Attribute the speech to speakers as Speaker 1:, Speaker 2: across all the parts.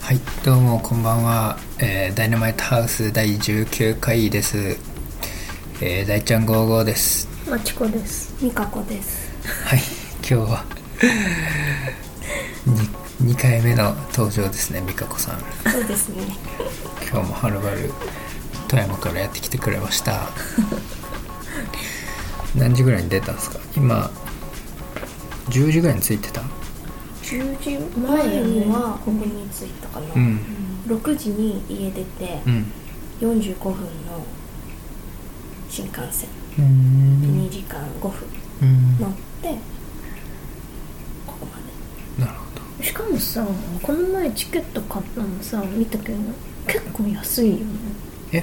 Speaker 1: はいどうもこんばんは、えーダイナマイトハウス第19回です、えー、大ちゃん55です
Speaker 2: あちこです。みかこです。
Speaker 1: はい今日は 2, 回目の登場ですね美香子さん
Speaker 2: そうですね。
Speaker 1: 今日もはるばる富山からやってきてくれました 何時ぐらいに出たんですか今10時ぐらいに着いてた
Speaker 2: 十時 前にはここに着いたかな。
Speaker 1: うん
Speaker 2: 六、時に家出て
Speaker 1: うん
Speaker 2: 四十五分の新幹線
Speaker 1: う
Speaker 2: で
Speaker 1: ん
Speaker 2: 二時間五分
Speaker 1: うん
Speaker 2: 乗って、ここまで。
Speaker 1: なるほど
Speaker 3: しかもさこの前チケット買ったのさ見たけど結構安いよね
Speaker 1: え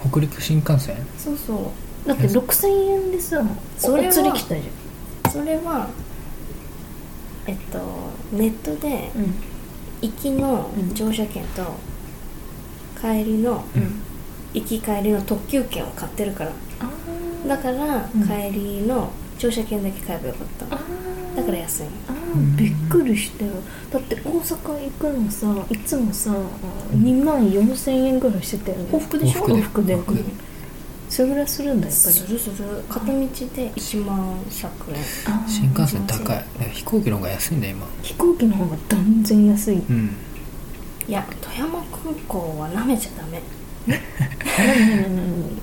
Speaker 1: ほ北陸新幹線
Speaker 2: そうそう。
Speaker 3: だって
Speaker 1: 安い
Speaker 3: 6000円でさ
Speaker 2: そ
Speaker 3: お
Speaker 2: れは
Speaker 3: 釣り来たじ
Speaker 2: それはえっとネットで
Speaker 3: ゃんうん
Speaker 2: 行きの
Speaker 3: うん
Speaker 2: 乗車券と帰りの
Speaker 1: うん
Speaker 2: 行き帰りの特急券を買ってるから。
Speaker 3: あ
Speaker 2: だから
Speaker 3: うん
Speaker 2: 帰りの乗車券だけ買えばよかった、
Speaker 3: ー
Speaker 2: だから安いの
Speaker 3: あーびっくりしたよだって大阪行くのさいつもさ2万4000円ぐらいしてたよね
Speaker 2: 往復でしょ
Speaker 3: 往復で
Speaker 1: 往復で
Speaker 3: それぐらいするんだやっぱり
Speaker 2: するする片道で1万100円
Speaker 3: あー
Speaker 1: 新幹線高いね飛行機の方が安いんだ今
Speaker 3: 飛行機の方が断然安い
Speaker 1: うん
Speaker 2: いや富山空港はなめちゃダメ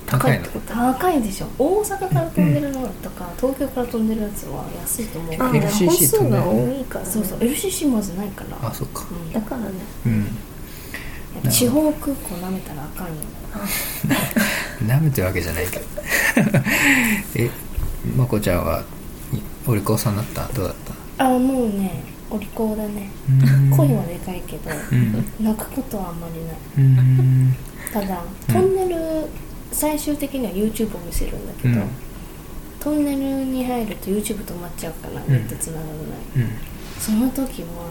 Speaker 1: 高いの
Speaker 3: ってこと
Speaker 2: 高いでしょ大阪から飛んでるのとか、東京から飛んでるやつは安いと思うけど
Speaker 3: あー
Speaker 1: LCC
Speaker 3: 本数が多いからね
Speaker 2: そうそう LCC まずないから
Speaker 1: あそっか
Speaker 2: うん
Speaker 3: だからね
Speaker 1: うん
Speaker 2: やっぱ地方空港なめたらあかんよ
Speaker 1: なめてるわけじゃないけど えまこちゃんはいお利口さんだったどうだった
Speaker 2: あもうねお利口だね声はでかいけど、
Speaker 1: うん
Speaker 2: 泣くことはあんまりない
Speaker 1: うん
Speaker 2: ただ
Speaker 1: うん
Speaker 2: トンネル、最終的には YouTube を見せるんだけ
Speaker 1: うん
Speaker 2: ど、トンネルに入ると YouTube 止まっちゃうから
Speaker 1: ん
Speaker 2: ネット繋がらない、
Speaker 1: うん
Speaker 2: その時はもう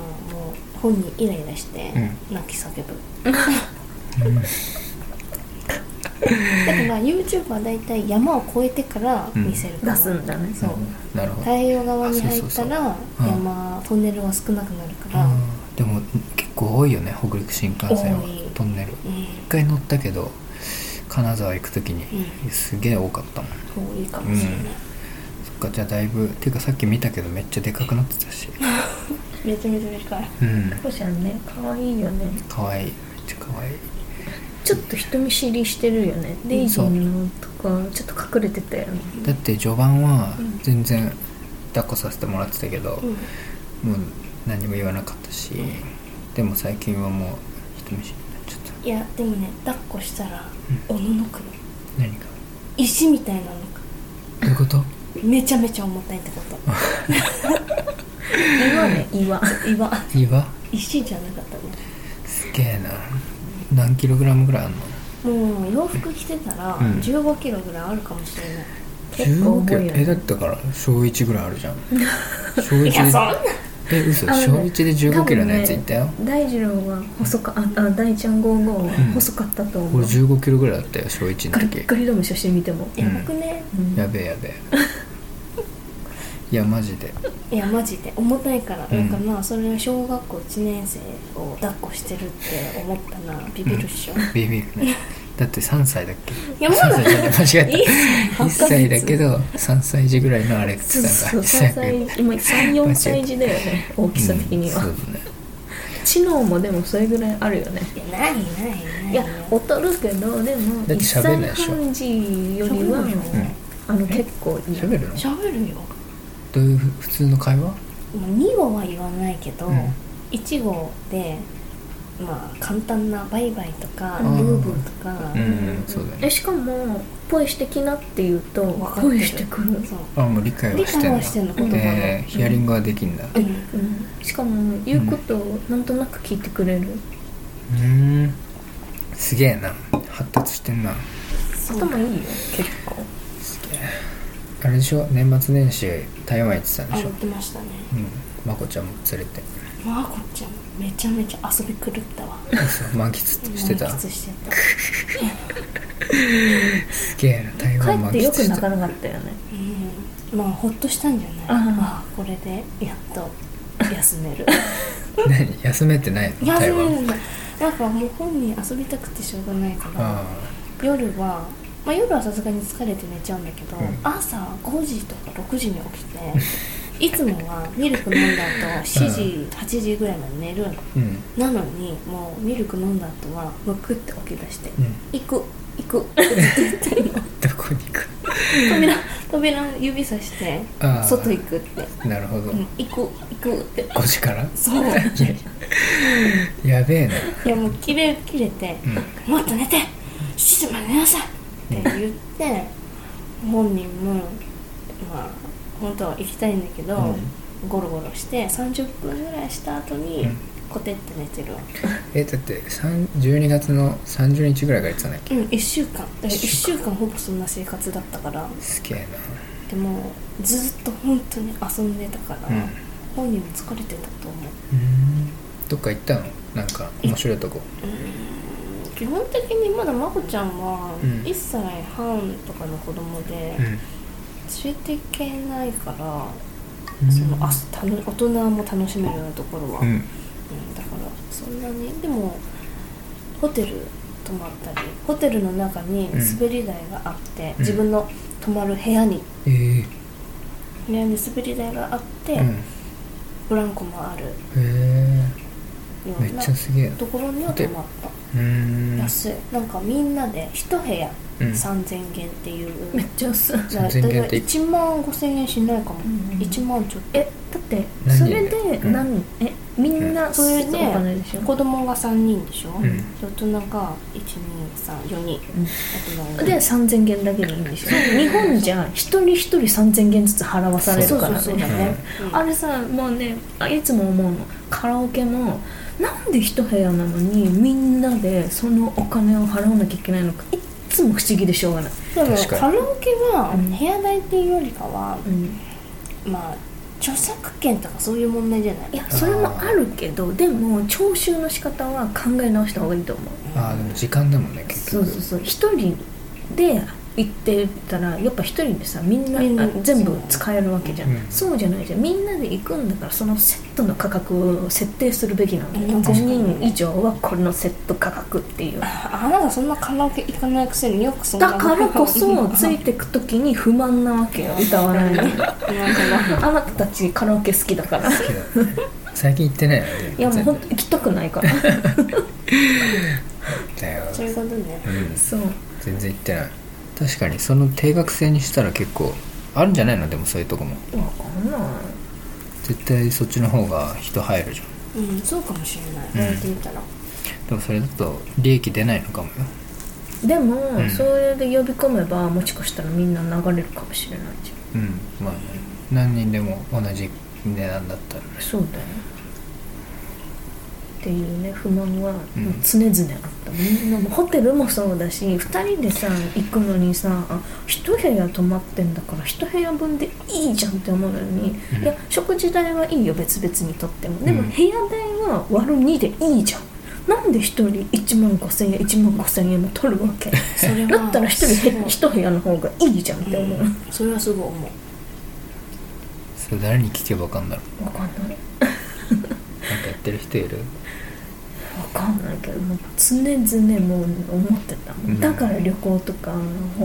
Speaker 2: 本人イライラして
Speaker 1: う
Speaker 2: 泣き叫ぶ、だから YouTube はだいたい山を越えてから見せるから、
Speaker 3: 出すんだね
Speaker 2: そう
Speaker 1: なるほ
Speaker 2: 太
Speaker 1: ど
Speaker 2: 平洋側に入ったら
Speaker 1: そううん
Speaker 2: 山トンネルは少なくなるから、
Speaker 1: あーでも結構多いよね北陸新幹線は
Speaker 2: 多い
Speaker 1: トンネル
Speaker 2: うん
Speaker 1: 一回乗ったけど金沢行く時に
Speaker 2: う
Speaker 1: すげえ多かったもん
Speaker 2: もういいかもしれない、
Speaker 1: そっかじゃあだいぶていうかさっき見たけどめっちゃでかくなってた し
Speaker 2: めちゃめちゃでかい
Speaker 1: うん
Speaker 3: コちゃんね可愛いよね
Speaker 1: かわいいめっちゃかわいい
Speaker 3: ちょっと人見知りしてるよねデイジーのとかちょっと隠れてたよね
Speaker 1: だって序盤は全然抱っこさせてもらってたけど、
Speaker 2: うん
Speaker 1: もう何も言わなかったし、でも最近はもう人見知りになっちゃった
Speaker 2: いやでもね抱っこしたら
Speaker 1: う
Speaker 2: おののくの
Speaker 1: 何か
Speaker 2: 石みたいなの
Speaker 1: どういうこと
Speaker 2: がめちゃめちゃ重たいってこと
Speaker 3: 岩ね岩
Speaker 2: 岩
Speaker 1: 岩
Speaker 2: 石じゃなかったね
Speaker 1: すげえな何キログラムぐらいあんの
Speaker 2: もう洋服着てたら
Speaker 1: うん
Speaker 2: 1 5キロぐらいあるかもしれない、
Speaker 3: 結構重いよね
Speaker 1: 15えだってから小1ぐらいあるじゃん小1
Speaker 2: いやそんな
Speaker 1: でえ嘘
Speaker 3: あのね
Speaker 1: 小1で1 5キロのやついったよ、
Speaker 3: 大二郎は細かああ大ちゃん55は細かったと思う、
Speaker 1: 俺1 5キロぐらいだったよ小1
Speaker 3: ガ
Speaker 1: の
Speaker 3: リ
Speaker 1: 時
Speaker 3: ッガリだもん写真見ても、
Speaker 1: うん
Speaker 2: やばくね
Speaker 3: うん
Speaker 1: やべえやべえいやマジで
Speaker 2: いやマジで重たいから、
Speaker 1: うん
Speaker 2: なんかまあそれは小学校1年生を抱っこしてるって思ったなビビるっしょ、
Speaker 1: ビビるねだって3歳だっけ
Speaker 2: やばい
Speaker 1: 3歳じゃない間違えた1
Speaker 2: 一
Speaker 1: 歳だけど3歳児ぐらいのアレック
Speaker 3: そ
Speaker 1: ス
Speaker 3: う
Speaker 1: さん
Speaker 3: そ
Speaker 1: が
Speaker 3: う
Speaker 1: 1歳
Speaker 3: 3
Speaker 1: だけど
Speaker 3: 歳今34歳児だよね大きさ的には、
Speaker 1: うんそうだね
Speaker 3: 知能もでもそれぐらいあるよね
Speaker 2: いやないないない
Speaker 3: いや劣るけどでも
Speaker 1: だって
Speaker 3: 1
Speaker 1: 喋
Speaker 3: 歳
Speaker 1: んないでしょ
Speaker 3: 半児よりは、
Speaker 2: 喋るよ
Speaker 3: あの結構いい
Speaker 1: 喋るの
Speaker 2: 喋るよも
Speaker 1: どういうふ普通の会話
Speaker 2: う2号は言わないけど、
Speaker 1: うん
Speaker 2: 1号でまあ簡単なバイバイとか
Speaker 3: う
Speaker 2: ブ
Speaker 3: ん
Speaker 2: ーブーとか、
Speaker 1: うん、そうだね
Speaker 3: えしかもポイしてきなって言うと
Speaker 2: 分かってる
Speaker 3: ポイしてくる、
Speaker 2: そう
Speaker 1: あもう理解はしてん
Speaker 2: 理解
Speaker 1: だ
Speaker 2: はしてんの言葉は
Speaker 1: えーヒアリングはできんだ
Speaker 2: うん
Speaker 3: うん、しかも言うことをなんとなく聞いてくれる、
Speaker 1: うんすげえな発達してんな
Speaker 2: そう
Speaker 3: 頭いいよ結構
Speaker 1: あれでしょ年末年始台湾行ってたんでしょ
Speaker 2: 歩いてましたね
Speaker 1: うんまこちゃんも連れて
Speaker 2: まあこっちゃんめちゃめちゃ遊び狂ったわ
Speaker 1: そう満喫してた
Speaker 2: 満喫
Speaker 1: す
Speaker 2: して
Speaker 1: げえな台
Speaker 3: 帰
Speaker 1: 湾満
Speaker 3: って
Speaker 1: 喫
Speaker 3: よく
Speaker 1: し
Speaker 3: な
Speaker 1: てた
Speaker 3: かなかったよね
Speaker 2: た、うん、まあほっとしたんじゃない
Speaker 3: あー
Speaker 2: あーこれでやっと 休める
Speaker 1: 何休めてないの
Speaker 2: 休
Speaker 1: 台
Speaker 2: める
Speaker 1: 湾
Speaker 2: んだなんかもう本に遊びたくてしょうがないから
Speaker 1: あ
Speaker 2: 夜は、まあ、夜はさすがに疲れて寝ちゃうんだけど、
Speaker 1: うん
Speaker 2: 朝5時とか6時に起きて いつもはミルク飲んだ後7時、8時ぐらいまで寝るの
Speaker 1: ーうん
Speaker 2: なのにもうミルク飲んだ後はむくって起き出して
Speaker 1: うん
Speaker 2: 「行く行く」 って言ってんの
Speaker 1: どこに行く
Speaker 2: 扉扉指さして
Speaker 1: あー
Speaker 2: 外行くって
Speaker 1: なるほど、
Speaker 2: うん行く行くって
Speaker 1: 5時から
Speaker 2: そう
Speaker 1: やべえな、
Speaker 2: いやもうキレ切れて
Speaker 1: うん、
Speaker 2: 「もっと寝て7時まで寝なさい!」って言って本人もまあ本当は行きたいんだけど、ゴロゴロして30分ぐらいした後に、
Speaker 1: うん
Speaker 2: コテって寝てるわ
Speaker 1: えだって3 12月の30日ぐらいから言ってたんだっけ
Speaker 2: うん1週間1
Speaker 1: 1週
Speaker 2: 週間ほぼそんな生活だったから
Speaker 1: すげえ
Speaker 2: でもずっと本当に遊んでたから、
Speaker 1: なうん
Speaker 2: 本人も疲れてたと思
Speaker 1: う
Speaker 2: う
Speaker 1: んどっか行ったのなんか面白いとこ
Speaker 2: 基本的にまだまこちゃんは
Speaker 1: うん
Speaker 2: 1歳半とかの子供で連れていけないから、
Speaker 1: うん
Speaker 2: そのあすたの大人も楽しめるようなところは、
Speaker 1: う
Speaker 2: うん
Speaker 1: ん
Speaker 2: だからそんなにでもホテル泊まったりホテルの中に滑り台があって、
Speaker 1: ん
Speaker 2: 自分の泊まる部屋に
Speaker 1: えー
Speaker 2: 部屋に滑り台があって、
Speaker 1: うん
Speaker 2: ブランコもあるよ
Speaker 1: へえ
Speaker 2: う
Speaker 1: めっ
Speaker 2: な
Speaker 1: ちゃすげえな
Speaker 2: ところには泊まった、
Speaker 1: うーん
Speaker 2: 安いなんかみんなで一部屋
Speaker 1: うん
Speaker 2: 3000元っていう、
Speaker 3: めっちゃ安い、
Speaker 2: じゃあ大
Speaker 1: 3000元
Speaker 2: 体
Speaker 1: って
Speaker 2: 1万5000円しないかも、
Speaker 3: うん
Speaker 2: 1万ちょっと
Speaker 3: えだって
Speaker 1: 何
Speaker 3: そ
Speaker 1: 人
Speaker 3: れ
Speaker 1: で
Speaker 3: で
Speaker 1: うん
Speaker 3: 何、えみんな
Speaker 2: それで
Speaker 3: お金でしょ
Speaker 2: 子供が3人でしょ、
Speaker 1: ん
Speaker 2: で大人が1234人、大人が
Speaker 3: で3000元だけでいいんでしょ日本じゃ一人一人3000元ずつ払わされ
Speaker 2: そ
Speaker 3: る
Speaker 2: う
Speaker 3: か
Speaker 2: そう
Speaker 3: ら
Speaker 2: そう
Speaker 3: ね
Speaker 2: だね、うん
Speaker 3: あれさもうねあいつも思うのカラオケもなんで一部屋なのにみんなでそのお金を払わなきゃいけないのかいっつも不思議でしょうがない、
Speaker 2: でも
Speaker 1: 確かに
Speaker 2: カラオケは
Speaker 3: うん
Speaker 2: 部屋代っていうよりかは、
Speaker 3: うん、
Speaker 2: まあ著作権とかそういう問題じゃない
Speaker 3: いやそれもあるけどでも徴収の仕方は考え直した方がいいと思う
Speaker 1: あーでも時間だもんね結
Speaker 3: そう
Speaker 1: 局
Speaker 3: そうそう一人で行ってたらやっぱ一人でさみんな
Speaker 2: みんな
Speaker 3: あ全部使えるわけじゃん、
Speaker 1: うん
Speaker 3: そうじゃないじゃんみんなで行くんだからそのセットの価格を設定するべきなの、
Speaker 2: うん
Speaker 3: 5人以上はこのセット価格っていう
Speaker 2: ああなたそんなカラオケ行かないくせによくそんな
Speaker 3: だからこそつい
Speaker 2: て
Speaker 3: てく時に不満なわけよ歌 わないのに
Speaker 2: なんか
Speaker 3: あなたたちカラオケ好きだからい
Speaker 1: けどね最近行ってないよね
Speaker 3: やもう
Speaker 1: 全然
Speaker 3: 本当行きたくないから
Speaker 1: だよ
Speaker 2: そういうことね
Speaker 1: うん
Speaker 3: そう
Speaker 1: 全然行ってない確かにその定額制にしたら結構あるんじゃないのでもそういうとこも
Speaker 3: 分かんない
Speaker 1: 絶対そっちの方が人入るじゃん
Speaker 2: うんそうかもしれない
Speaker 1: ん
Speaker 2: 言われてみ たら、
Speaker 1: でもそれだと利益出ないのかもよ
Speaker 3: でも、
Speaker 1: ん
Speaker 3: それで呼び込めばもしかしたらみんな流れるかもしれないじゃ
Speaker 1: うんまあね何人でも同じ値段だったらね
Speaker 3: んそうだよっていうね不満はもう
Speaker 1: うん
Speaker 3: 常々あった、みんなもホテルもそうだし2人でさ行くのにさあ一部屋泊まってんだから一部屋分でいいじゃんって思うのに、
Speaker 1: うん
Speaker 3: いや食事代はいいよ別々にとってもでも
Speaker 1: うん
Speaker 3: 部屋代は割る2でいいじゃんなんで1人1万5千円1万5千円も取るわけ
Speaker 2: それは
Speaker 3: だったら1人
Speaker 2: そう
Speaker 3: 1部屋の方がいいじゃんって思う、
Speaker 2: うんそれはすごい思う
Speaker 1: それ誰に聞けばわかんだろ
Speaker 3: わかんないう
Speaker 1: なんかやってる人いる
Speaker 3: わかんないけどもう常々もう思ってた、
Speaker 1: うん
Speaker 3: だから旅行とかの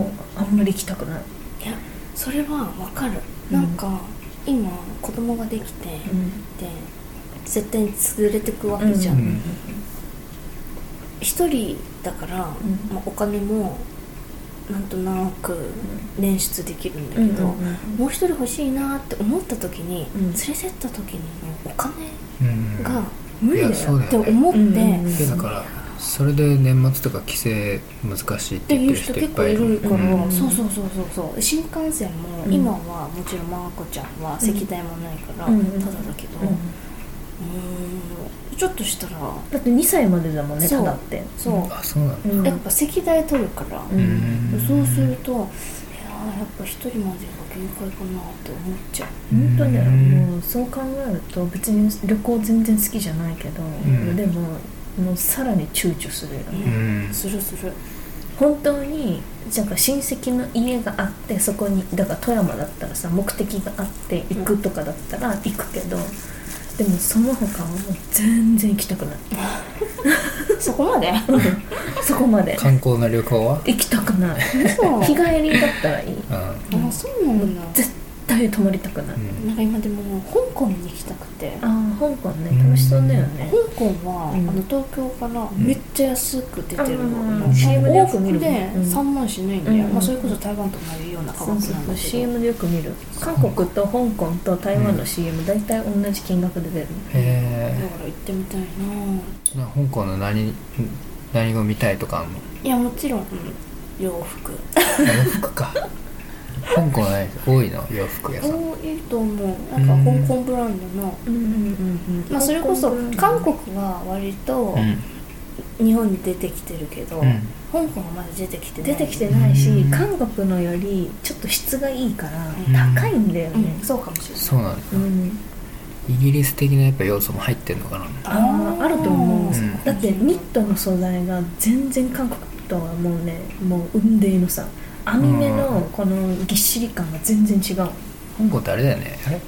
Speaker 3: 方あんまり行きたくない、
Speaker 2: いやそれはわかる、
Speaker 3: うん
Speaker 2: なんか今子供ができて、で
Speaker 3: ん
Speaker 2: 絶対に連れてくわけじゃん、
Speaker 1: うん
Speaker 2: 一人だから、
Speaker 3: ん
Speaker 2: まあ、お金もなんとなく捻出できるんだけど、
Speaker 3: うんうんうん
Speaker 2: もう一人欲しいなって思った時に、
Speaker 3: うん
Speaker 2: 連れてった時にもうお金
Speaker 1: うん
Speaker 2: が無理だ
Speaker 1: いやそう
Speaker 2: よ
Speaker 1: だ
Speaker 2: って
Speaker 1: よね
Speaker 2: 思って、
Speaker 3: うんうんうん
Speaker 1: でだからそれで年末とか帰省難しいっ
Speaker 2: って
Speaker 1: て言
Speaker 2: いう
Speaker 1: って
Speaker 2: 人
Speaker 1: る人い
Speaker 2: 結
Speaker 1: っ
Speaker 2: 構
Speaker 1: ぱい
Speaker 2: い
Speaker 1: いる
Speaker 2: るから、
Speaker 3: うん
Speaker 2: そうそうそうそうそう新幹線も
Speaker 3: うん
Speaker 2: 今はもちろんマーコちゃんは席代もないから、
Speaker 3: うん
Speaker 2: ただだけど、う
Speaker 3: うん
Speaker 2: んちょっとしたら
Speaker 3: だって2歳までだもんね
Speaker 2: そう
Speaker 3: ただって
Speaker 2: そう、
Speaker 1: あそうなんだ
Speaker 3: うん
Speaker 2: やっぱ席代取るから、
Speaker 3: うん
Speaker 2: そうするといやーやっぱ一人までが限界かなって思っちゃう
Speaker 3: 本当ね
Speaker 1: うん
Speaker 3: もうそう考えると別に旅行全然好きじゃないけど、
Speaker 1: ん
Speaker 3: でももうさらに躊躇するよ
Speaker 1: う
Speaker 3: ね、
Speaker 1: ん
Speaker 2: するする
Speaker 3: 本当になんか親戚の家があってそこにだから富山だったらさ目的があって行くとかだったら行くけど、でもその他はもう全然行きたくない
Speaker 2: そこまで
Speaker 3: そこまで
Speaker 1: 観光の旅行は
Speaker 3: 行きたくない
Speaker 2: 嘘
Speaker 3: 日帰りだったらいい
Speaker 1: うん
Speaker 2: あそうなんだ
Speaker 3: 絶対泊まりたくない、
Speaker 1: うん
Speaker 2: なんか今でも香港に行きたくて
Speaker 3: ああ香港ね楽しそうだよね
Speaker 2: 香、港は、
Speaker 3: うん
Speaker 2: あの東京から
Speaker 1: ん
Speaker 2: めっちゃ安く出てるの、
Speaker 3: うん
Speaker 2: なんか
Speaker 3: CM で
Speaker 2: 往
Speaker 3: よく見
Speaker 2: 復
Speaker 3: る
Speaker 2: で
Speaker 3: うん
Speaker 2: 3万しないんだよ、
Speaker 3: うん
Speaker 2: まあ、それこそ台湾と同じような価
Speaker 3: そ
Speaker 2: 格
Speaker 3: うそう
Speaker 2: なんだ
Speaker 3: そう
Speaker 2: けど
Speaker 3: CM でよく見る韓国と香港と台湾の CM 大体同じ金額で出る
Speaker 2: だか
Speaker 1: へ
Speaker 2: ら行ってみたいな
Speaker 1: えな香港の何何を見たいとかあんの
Speaker 2: いやもちろん、洋服
Speaker 1: 洋服か 香港はね多いの洋服屋さん
Speaker 2: おいいと思うなんか香港ブランドの、
Speaker 3: うんうんうん
Speaker 2: まあ、それこそ韓国は割と
Speaker 1: う
Speaker 2: 日本に出てきてるけど、
Speaker 1: んうん
Speaker 2: 香港はまだ出てきてない
Speaker 3: 出てきてないし、
Speaker 1: うん
Speaker 3: 韓国のよりちょっと質がいいから
Speaker 1: ん
Speaker 3: 高いんだよ
Speaker 2: うん
Speaker 3: ね、
Speaker 2: そうかもしれない
Speaker 1: そうなの
Speaker 3: うん
Speaker 1: イギリス的なやっぱ要素も入ってんのかな
Speaker 3: あああると思う、
Speaker 1: うん
Speaker 3: だってニットの素材が全然韓国とはもうねもう雲泥のさ網目のこのぎっしり感が全然違う、
Speaker 1: 香港ってあれだよねあれ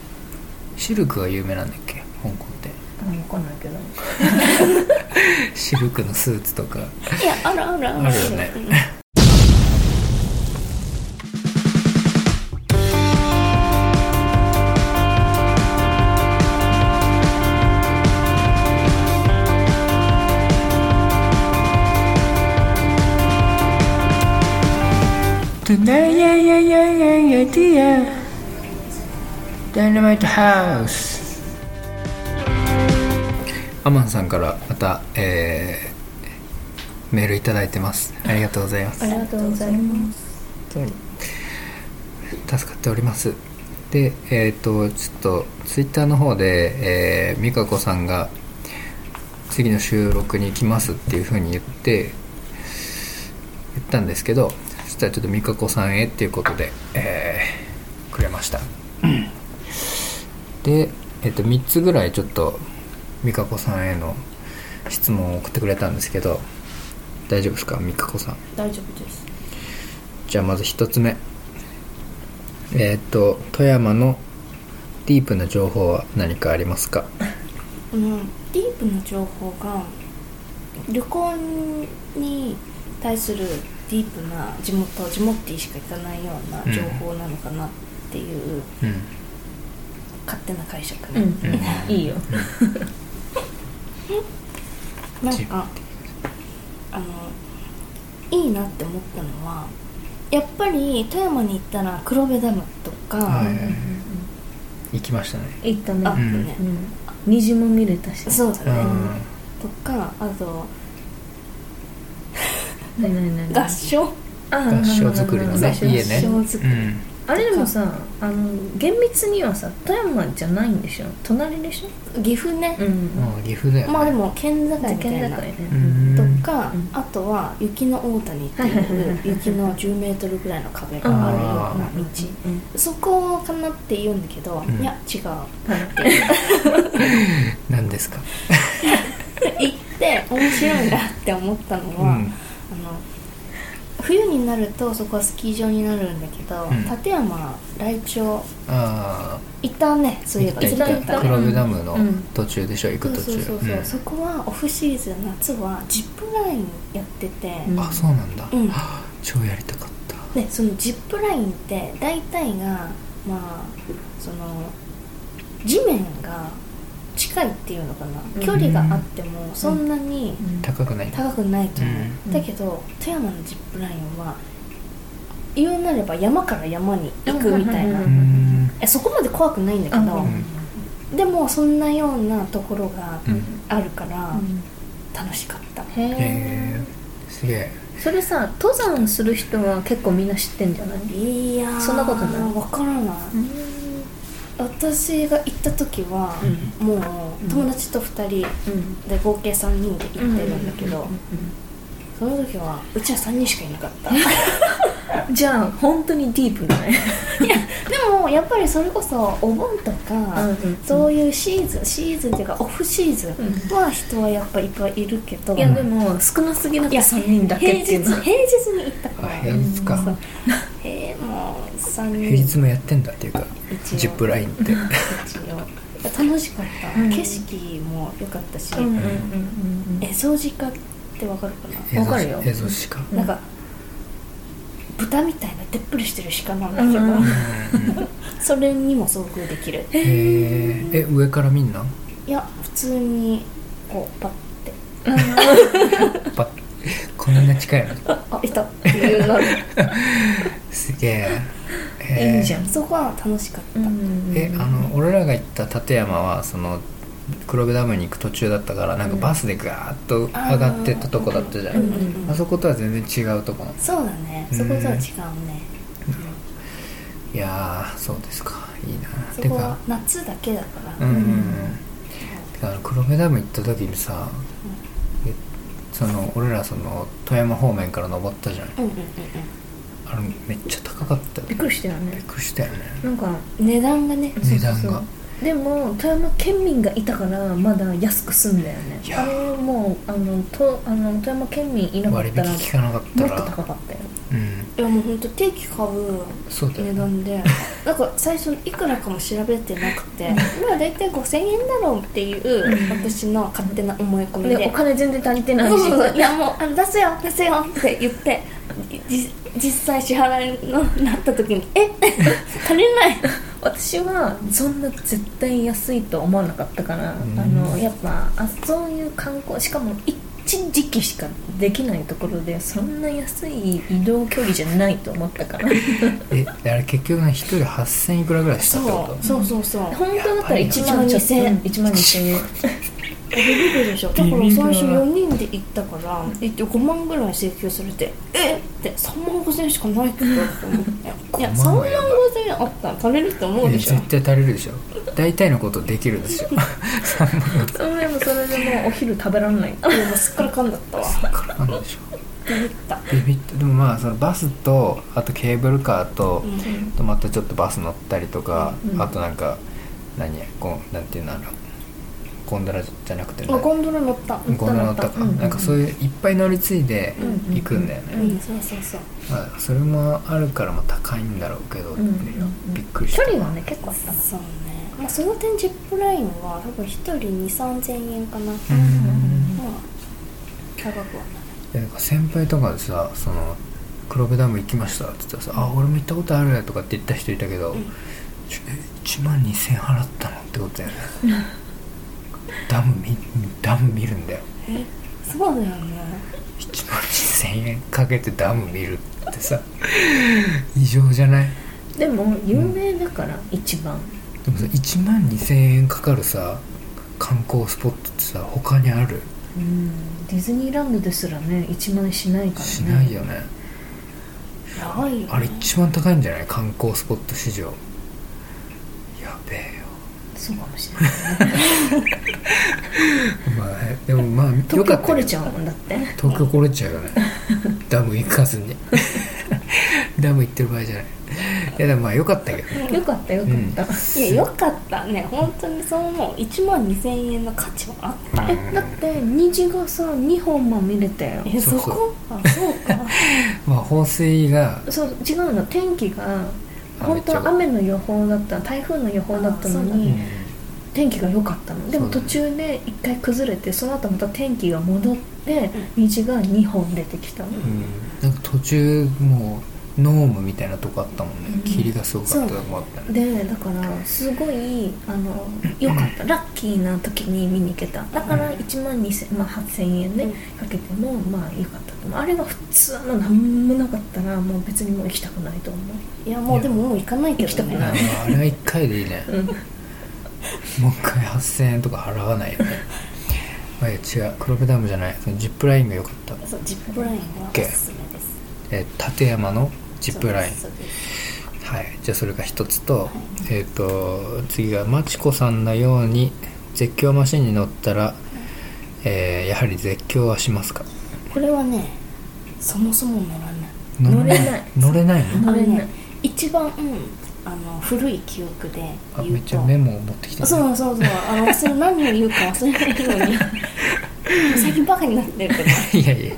Speaker 1: シルクが有名なんだっけ香港っ
Speaker 3: あ分かんないけど
Speaker 1: てシルクのスーツとか
Speaker 2: いやあるあるある
Speaker 1: あるよね
Speaker 2: うん
Speaker 1: ダイナマイトハウスアマンさんからまた、えーメールいただいてますありがとうございます
Speaker 3: ありがとうございます
Speaker 1: 本当に助かっておりますでえっ、とちょっとツイッターの方で、えー、美香子さんが次の収録に来ますっていうふうに言って言ったんですけどそしたらちょっと美香子さんへっていうことで、えーくれましたで、えっと3つぐらいちょっと美香子さんへの質問を送ってくれたんですけど大丈夫ですか美香子さん
Speaker 2: 大丈夫です
Speaker 1: じゃあまず一つ目えーっ、と富山のディープな情報は何かありますか
Speaker 2: このディープな情報が旅行に対するディープな地元地元にしか行かないような情報なのかなっていう
Speaker 1: うん
Speaker 2: 勝手な解釈
Speaker 3: うん、
Speaker 2: ね、
Speaker 1: うん
Speaker 3: いいよ
Speaker 2: なんかあのいいなって思ったのはやっぱり富山に行ったら黒部ダムとか、
Speaker 1: はい
Speaker 3: うんうん
Speaker 1: 行きましたね
Speaker 3: うん行ったね
Speaker 2: あと
Speaker 1: うん
Speaker 2: ね
Speaker 3: う、ん虹も見れたし
Speaker 2: そうだ
Speaker 1: う
Speaker 2: ね、
Speaker 1: ん
Speaker 2: とかあと
Speaker 3: ないないないない
Speaker 2: 合唱
Speaker 3: あー
Speaker 1: 合唱作りのね
Speaker 2: そう
Speaker 1: 家ね
Speaker 2: 合唱作り
Speaker 1: うん
Speaker 3: あれでもさあの厳密にはさ富山じゃないんでしょ隣でしょ
Speaker 2: 岐阜ね、
Speaker 3: ん
Speaker 1: もう岐阜だよ、ね、
Speaker 2: まあでも県境みた
Speaker 3: 県
Speaker 2: い
Speaker 3: 境
Speaker 2: な
Speaker 3: ね
Speaker 1: うん
Speaker 2: とか、
Speaker 3: うん
Speaker 2: あとは雪の大谷っていう雪の10メートルぐらいの壁があるような道、
Speaker 3: うん
Speaker 2: そこかなって言うんだけど、
Speaker 1: うん
Speaker 2: いや違う 行
Speaker 1: 何ですか
Speaker 2: って面白いなって思ったのは、あの冬になるとそこはスキー場になるんだけど、
Speaker 1: うん
Speaker 2: 立山来鳥
Speaker 1: ああ
Speaker 2: 行ったねそういえば
Speaker 1: 行った
Speaker 3: 一
Speaker 1: 行
Speaker 3: 度
Speaker 1: った
Speaker 3: 行った
Speaker 1: 黒部ダムの
Speaker 3: うん
Speaker 1: 途中でしょ行く途中
Speaker 2: そうそうそうそう、
Speaker 1: ん
Speaker 2: そこはオフシーズン夏はジップラインやってて、
Speaker 3: うん
Speaker 1: あそうなんだ、
Speaker 2: うん
Speaker 1: 超やりたかった
Speaker 2: でそのジップラインって大体がまあその地面が近いっていうのかな、
Speaker 3: うん
Speaker 2: 距離があってもそんなに
Speaker 1: 高くない
Speaker 2: 高くないと思う、
Speaker 3: うん
Speaker 2: だけど富山のジップラインは言うなれば山から山に行くみたいな、
Speaker 3: うん
Speaker 1: うん
Speaker 2: えそこまで怖くないんだけど
Speaker 1: ん
Speaker 3: う、
Speaker 2: でもそんなようなところが
Speaker 1: うん
Speaker 2: あるから
Speaker 3: うん
Speaker 2: 楽しかった、
Speaker 3: へ
Speaker 1: へ
Speaker 3: え
Speaker 1: えすげえ
Speaker 3: それさ登山する人は結構みんな知ってんじゃない
Speaker 2: いやー
Speaker 3: そんなことない
Speaker 2: 分からない、私が行った時は、もう友達と2人
Speaker 3: うん
Speaker 2: で合計3人で行ってるんだけど、
Speaker 3: うん
Speaker 2: その時はうちは3人しかいなかった
Speaker 3: じゃあ本当にディープだね、
Speaker 2: でもやっぱりそれこそお盆とか、
Speaker 3: うんうんうん
Speaker 2: そういうシーズンシーズンっていうかオフシーズンは人はやっぱいっぱいいるけど、
Speaker 3: いやでも少なすぎなく
Speaker 2: い
Speaker 3: て
Speaker 2: や
Speaker 3: 3人だけっていうの
Speaker 2: 平日平日に行ったか
Speaker 1: あ
Speaker 2: ら
Speaker 1: 平日か
Speaker 2: そうえーもう3人
Speaker 1: 平日もやってんだっていうか
Speaker 2: 一応
Speaker 1: ジップラインって
Speaker 2: 一応楽しかった、
Speaker 3: うん
Speaker 2: 景色も良かったし、
Speaker 3: うんうんうんうん
Speaker 2: エゾジカってわかるかな、
Speaker 1: 映像
Speaker 3: わかるよ
Speaker 1: 映像しか
Speaker 3: うん
Speaker 2: なんか豚みたいなでっぷりしてる鹿なんだ
Speaker 3: う
Speaker 2: け
Speaker 3: ん
Speaker 2: ど、
Speaker 3: うん
Speaker 2: それにも遭遇できる
Speaker 1: へええ上から見んない
Speaker 2: や普通にこうパッて
Speaker 1: ばこんな近いの
Speaker 2: あいたっていうの
Speaker 1: すげえへえ
Speaker 3: いいじゃん
Speaker 2: そこは楽しかった、
Speaker 3: うんうんうん
Speaker 1: えあの俺らが行った立山はその黒部ダムに行く途中だったからなんかバスでガーッと上がってったとこだったじゃ
Speaker 2: うん
Speaker 1: ん
Speaker 2: うんうん
Speaker 1: あそことは全然違うとこなの
Speaker 2: そうだねそことは違うね、
Speaker 1: いやーそうですかいいな
Speaker 2: そ
Speaker 1: て
Speaker 2: こは
Speaker 1: か
Speaker 2: 夏だけだから、
Speaker 1: うんうんうん
Speaker 2: そう
Speaker 1: てかあの黒部ダム行った時にさ、えその俺らその富山方面から登ったじゃん
Speaker 2: うんうんうん
Speaker 1: あのめっちゃ高かったよ
Speaker 3: びっくりしたよ
Speaker 1: びっ
Speaker 3: ね
Speaker 1: くりしたよね
Speaker 3: なんか
Speaker 2: うん値段がね
Speaker 1: 値段が
Speaker 3: そうそうそうでも富山県民がいたからまだ安く済んだよね
Speaker 1: いや
Speaker 3: あれもうあのとあの富山県民いなかっ
Speaker 1: 割引
Speaker 3: たら
Speaker 1: 聞かなかっ
Speaker 3: も
Speaker 1: た
Speaker 3: っと高
Speaker 1: ら
Speaker 3: かったよ
Speaker 1: うん
Speaker 2: いやもうほんと定期買う
Speaker 1: そうだよ
Speaker 2: 値
Speaker 1: ね
Speaker 2: 段 でなんか最初いくらかも調べてなくてまあ大体5000円だろうっていう私の勝手な思い込みで
Speaker 3: でお金全然足りてない
Speaker 2: そう
Speaker 3: し
Speaker 2: そうそういやもうあの出せよ出せよって言ってじ実際支払いのなった時にえ 足りない
Speaker 3: 私はそんな絶対安いとは思わなかったから、
Speaker 1: ん
Speaker 3: あのやっぱあそういう観光しかも一時期しかできないところでそんな安い移動距離じゃないと思ったから
Speaker 1: えあれ結局ね一人8000いくらぐらいしたってこ
Speaker 2: そ
Speaker 1: と
Speaker 2: うそうそうそう
Speaker 3: 本当だったら1万
Speaker 2: やっぱり
Speaker 3: 2000円
Speaker 2: ね
Speaker 3: 1万2000円
Speaker 2: ビビるでしょだから最初4人で行ったから5万ぐらい請求されてえって3万5000円しかないけどって思っていや3万5000円あったら足りるって思う
Speaker 1: え
Speaker 2: でしょ
Speaker 1: 絶対足りるでしょ大体のことできるでしょ
Speaker 3: それでもそれでもうお昼食べられない
Speaker 2: いやもうすっからかんだったわ
Speaker 1: なんでしょ
Speaker 2: ビビった
Speaker 1: うビビってでもまあそのバスとあとケーブルカーと、
Speaker 2: うん
Speaker 1: とまたちょっとバス乗ったりとか、
Speaker 3: うん
Speaker 1: あとなんか何こうなんていうのあのゴンドラじゃなくて
Speaker 2: あゴンドラ乗った
Speaker 3: ん
Speaker 1: ゴンドラ乗ったか、
Speaker 3: うん
Speaker 1: なんかそういういっぱい乗り継いで
Speaker 3: うん
Speaker 1: 行くんだよね、
Speaker 2: うんそうそうそう
Speaker 1: まあ、それもあるからまあ高いんだろうけどっていうのは
Speaker 3: うん
Speaker 1: びっくりし
Speaker 3: 距
Speaker 1: た、
Speaker 3: 離はね結構あったの
Speaker 2: そうねまあその点ジップラインは多分1人2 3千円かなま
Speaker 1: うん
Speaker 2: あ高くはない
Speaker 1: でなんか先輩とかでさその黒部ダム行きましたって言ったらさ「あ俺も行ったことある」とかって言った人いたけど、
Speaker 2: うん
Speaker 1: ちょえ1万2000円払ったのってことだよ ねダム見ダム見るんだよ
Speaker 2: えそうだよね
Speaker 1: 1万2000円かけてダム見るってさ異常じゃない
Speaker 3: でも有名だから一番
Speaker 1: でもさ1万2000円かかるさ観光スポットってさ他にある
Speaker 3: うんディズニーランドですらね1万円しないからね
Speaker 1: しないよね
Speaker 2: やばいよね
Speaker 1: あれ一番高いんじゃない観光スポット市場やべえよ
Speaker 3: そうかもしれない
Speaker 1: まあでもまあ よ
Speaker 3: 東
Speaker 1: かった
Speaker 3: 京来
Speaker 1: よ
Speaker 3: れちゃうもんだって
Speaker 1: 東京来れちゃうよ ねダム行かずにダム行ってる場合じゃないいやでもまあよかったけどね
Speaker 3: よかったよかった、
Speaker 2: いやよかったね本当にそう思う1万2000円の価値はあっ
Speaker 3: えだって虹がさ2本も見れたよ
Speaker 2: たえ
Speaker 1: そ
Speaker 2: そう
Speaker 1: そう
Speaker 2: こあそうか
Speaker 1: まあ放水が
Speaker 3: そう違うの天気が
Speaker 1: あ
Speaker 3: 本当は雨の予報だった台風の予報だったの
Speaker 2: あそうだ
Speaker 3: に、
Speaker 2: ね
Speaker 3: 天気が良かったのでも
Speaker 1: そうだ
Speaker 3: 途
Speaker 1: ね
Speaker 3: 中で一回崩れてその後また天気が戻って虹が2本出てきたの、
Speaker 1: なんか途中もうノームみたいなとこあったもんね、
Speaker 3: うん
Speaker 1: 霧がすごかったとこもあったね
Speaker 3: でだからすごいあの良かったラッキーな時に見に行けただから1万2000、まあ、8000円ね
Speaker 2: うん
Speaker 3: かけてもまあ良かったと思うあれが普通の何もなかったらもう別にもう行きたくないと思
Speaker 2: いやもうでももう行かないけど
Speaker 1: あ
Speaker 2: ね
Speaker 1: のあれは1回でいいね
Speaker 3: う、うん
Speaker 1: もう1回8000円とか払わないよね まあいや違う黒部ダムじゃないそのジップラインが良かった、
Speaker 2: そうジップラインはおすすめです
Speaker 1: えー立山のジップライン
Speaker 2: そうです
Speaker 1: はいじゃあそれが一つと、えっ、と次がマチコさんのように絶叫マシンに乗ったら、えーやはり絶叫はしますか
Speaker 2: これはねそもそも乗らない
Speaker 3: 乗れない
Speaker 1: 乗れないの
Speaker 2: あれ
Speaker 3: 乗れな
Speaker 2: ね
Speaker 3: い
Speaker 2: 一番、うん、あの古い記憶で
Speaker 1: あ
Speaker 2: 言
Speaker 1: め
Speaker 2: う
Speaker 1: っちゃ
Speaker 2: と
Speaker 1: メモを持ってきてる
Speaker 2: そうそうそうあのそれ何を言うか忘れないように最近バカになってるから
Speaker 1: いやいや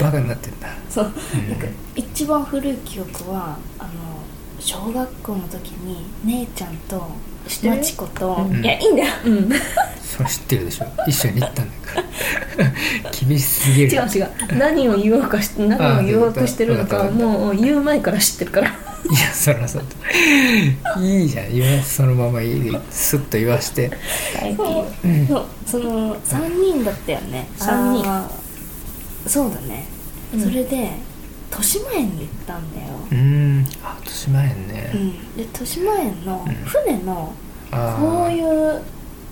Speaker 1: バカになってんだ
Speaker 2: そう
Speaker 1: うん
Speaker 2: なんか一番古い記憶はあの小学校の時に姉ちゃんと
Speaker 3: 知ってる
Speaker 2: まちこと、
Speaker 1: うん
Speaker 2: いやいいんだよ
Speaker 3: うん違う
Speaker 1: それ知ってるでしょ一緒に行ったんだから 厳しすぎる
Speaker 3: 違う何を言おうかし何を言おうとしてるのか
Speaker 1: あ
Speaker 3: は
Speaker 1: そうだ
Speaker 3: もう言う前から知ってるから
Speaker 1: いやそらそうだいいじゃん言わそのままいいスッと言わして
Speaker 3: 最
Speaker 2: そう
Speaker 3: 近
Speaker 2: そうその3人だったよね
Speaker 3: 三人
Speaker 2: あーそうだね、
Speaker 3: うん
Speaker 2: それで豊島園に行ったんだよ、
Speaker 1: うーんあ豊島園ね、
Speaker 2: うん、で豊島園の
Speaker 1: うん
Speaker 2: 船の
Speaker 1: ああ
Speaker 2: こういう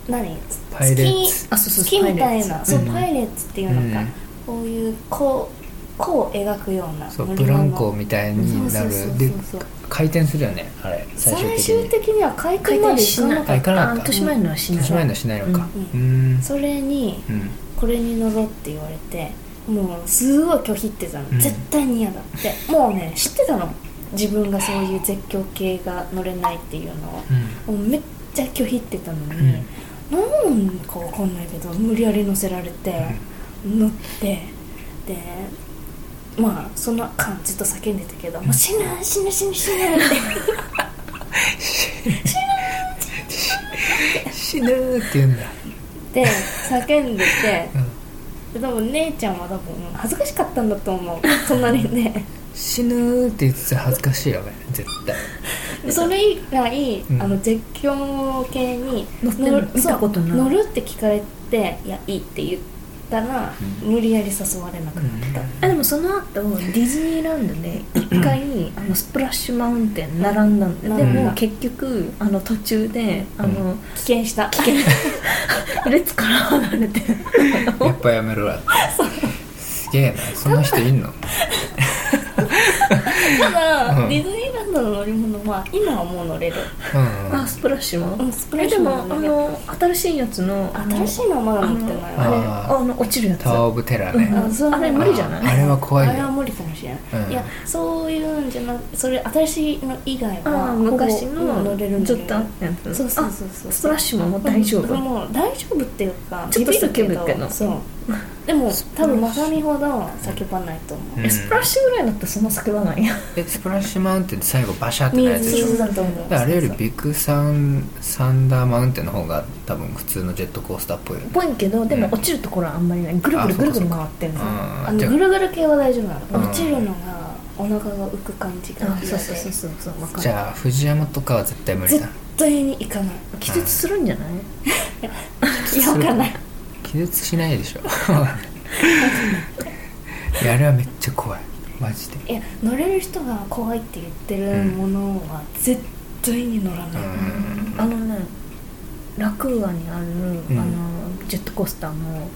Speaker 2: 何
Speaker 1: パイレーツ
Speaker 2: 月
Speaker 3: あそうそう
Speaker 2: 月みたいなそう
Speaker 1: うん
Speaker 2: パイレーツっていうのか、
Speaker 1: うん
Speaker 2: こういうこうこう描くような
Speaker 1: そう
Speaker 2: 森
Speaker 1: ブ
Speaker 2: の
Speaker 1: ランコみたいになる
Speaker 2: そうそうそうそう
Speaker 1: で回転するよねあれ最終
Speaker 2: 最
Speaker 1: 的
Speaker 2: 終
Speaker 1: に
Speaker 2: 的には開
Speaker 3: 回
Speaker 2: 店ま
Speaker 3: 転
Speaker 2: で
Speaker 3: し
Speaker 2: 行か
Speaker 3: な
Speaker 2: なか
Speaker 1: あ
Speaker 2: っ
Speaker 1: い
Speaker 3: い
Speaker 1: かなかった
Speaker 3: 豊島園のはしない
Speaker 1: 豊島園のしないのかう
Speaker 2: うんたそれに
Speaker 1: うん
Speaker 2: これに乗ろうって言われてもうすごい拒否ってたの、
Speaker 1: うん
Speaker 2: 絶対に嫌だってもうね知ってたの自分がそういう絶叫系が乗れないっていうのを
Speaker 1: うん
Speaker 2: もうめっちゃ拒否ってたのに、
Speaker 1: うん
Speaker 2: なんかわかんないけど無理やり乗せられて、乗ってでまあそんな感じと叫んでたけど「もう死ぬ死ぬ死ぬ死ぬ」って
Speaker 1: 死ぬーって言うんだ
Speaker 2: で叫んでて
Speaker 1: うん
Speaker 2: で多分姉ちゃんは多分恥ずかしかったんだと思うそんなにね
Speaker 1: 死ぬーって言ってたら恥ずかしいよね絶対
Speaker 2: それ以来、
Speaker 1: うん
Speaker 2: あの絶叫系に
Speaker 3: 乗ってる
Speaker 2: 乗る
Speaker 3: 見たことない
Speaker 2: そう乗るって聞かれて「いやいい」って言ったら、無理やり誘われなくなった、
Speaker 3: あでもその後ディズニーランドで一回あのスプラッシュマウンテン並んだんで、
Speaker 2: うん
Speaker 3: で
Speaker 1: う
Speaker 3: も
Speaker 1: ん
Speaker 3: 結局あの途中であの、
Speaker 2: 危険した危険
Speaker 3: 列から離れて
Speaker 1: やっぱやめろわってすげえなそんな人いんの
Speaker 2: ただ、
Speaker 1: うん
Speaker 2: ディズニーランドの乗り物は今はもう乗れる、
Speaker 1: うんうん
Speaker 3: あスプラッシュ
Speaker 2: う
Speaker 3: も、
Speaker 2: ん、スプラ
Speaker 3: え
Speaker 2: ッシ
Speaker 3: で
Speaker 2: ュ
Speaker 3: もあ
Speaker 2: も乗れる
Speaker 3: の新しいやつのあの
Speaker 2: 新しいのはまだ
Speaker 3: あ
Speaker 2: 乗
Speaker 3: の
Speaker 2: ってない
Speaker 3: あ
Speaker 2: わ
Speaker 3: れ
Speaker 1: あ
Speaker 3: あの落ちるやつ
Speaker 1: タワー・オブ・テラーね、
Speaker 3: うん
Speaker 2: あそう
Speaker 3: あれ無理じゃない
Speaker 1: ああれは怖いよ
Speaker 2: あれは無理かもしれない、
Speaker 1: うん
Speaker 2: いやそういうんじゃなくそれ新しいの以外は
Speaker 3: あ昔
Speaker 2: ほぼ
Speaker 3: の
Speaker 2: うん乗れるん
Speaker 3: ち
Speaker 2: だ
Speaker 3: ょっ
Speaker 2: けど
Speaker 3: とあったやつ
Speaker 2: そうそうそうそう
Speaker 3: あスプラッシュももう大丈夫、
Speaker 2: うんもう大丈夫っていうか
Speaker 3: ちょっと
Speaker 2: ビビる
Speaker 3: 叫ぶけど
Speaker 2: そうでも多分まさみほど叫ばないと思う、
Speaker 1: うん
Speaker 3: えスプラッシュぐらいだったらそんな叫ばないや
Speaker 1: えスプラッシュマウンテンって最後バシャってなるやつでしょ
Speaker 2: 水だと思う
Speaker 1: だからあれよりビッグサンサンダーマウンテンの方が多分普通のジェットコースターっぽいよね
Speaker 3: ぽいけどでも落ちるところはあんまりないぐるぐるぐるぐる回ってるの
Speaker 1: あ
Speaker 2: あ
Speaker 1: ー
Speaker 2: の
Speaker 1: じゃ
Speaker 2: ぐるぐる系は大丈夫な
Speaker 1: うん
Speaker 2: の落ちるのがお腹が浮く感じが嫌
Speaker 3: あ
Speaker 2: で
Speaker 3: そうそうそうそうそうわ
Speaker 1: あ
Speaker 3: か
Speaker 1: じ
Speaker 3: る
Speaker 1: ゃあ藤山とかは絶対無理
Speaker 2: 絶
Speaker 1: だ
Speaker 2: 対に行かない
Speaker 3: 気絶するんじゃない
Speaker 2: いやわかんない
Speaker 1: 気絶しないでしょ いやあれはめっちゃ怖いマジで
Speaker 2: いや乗れる人が怖いって言ってるものは絶対に乗ら
Speaker 1: う
Speaker 2: ない、
Speaker 1: ん
Speaker 3: あのねラクーアにある、
Speaker 1: うん
Speaker 3: あのジェットコースターも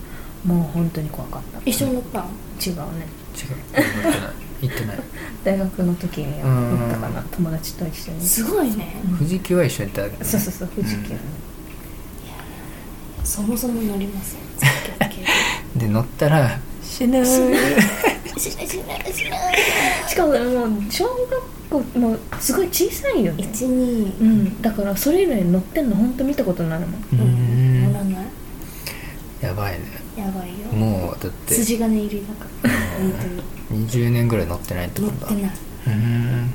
Speaker 3: もう本当に怖かった
Speaker 2: 一緒に乗ったの
Speaker 3: 違うね
Speaker 1: 違う行ってない行ってない
Speaker 3: 大学の時に
Speaker 1: うん
Speaker 3: 行ったかな友達と一緒に
Speaker 2: すごいね
Speaker 1: 藤木は一緒に行ったけどね
Speaker 3: そうそうそう富士急の
Speaker 2: そもそも乗りません絶叫系
Speaker 1: で乗ったら
Speaker 3: 死ぬ
Speaker 2: しないしないしない
Speaker 3: しかももう小学校もうすごい小さいよね
Speaker 2: 一二
Speaker 3: うんだからそれ以来乗ってんの本当見たことないもん
Speaker 1: う
Speaker 2: うん
Speaker 1: ん
Speaker 2: 乗らない
Speaker 1: やばいね
Speaker 2: やばいよ
Speaker 1: もうだって
Speaker 2: 筋金入りだから本当に
Speaker 1: 20年ぐらい乗ってないって
Speaker 2: 乗
Speaker 1: こ
Speaker 2: っ
Speaker 1: とだ
Speaker 2: てないう
Speaker 1: ーん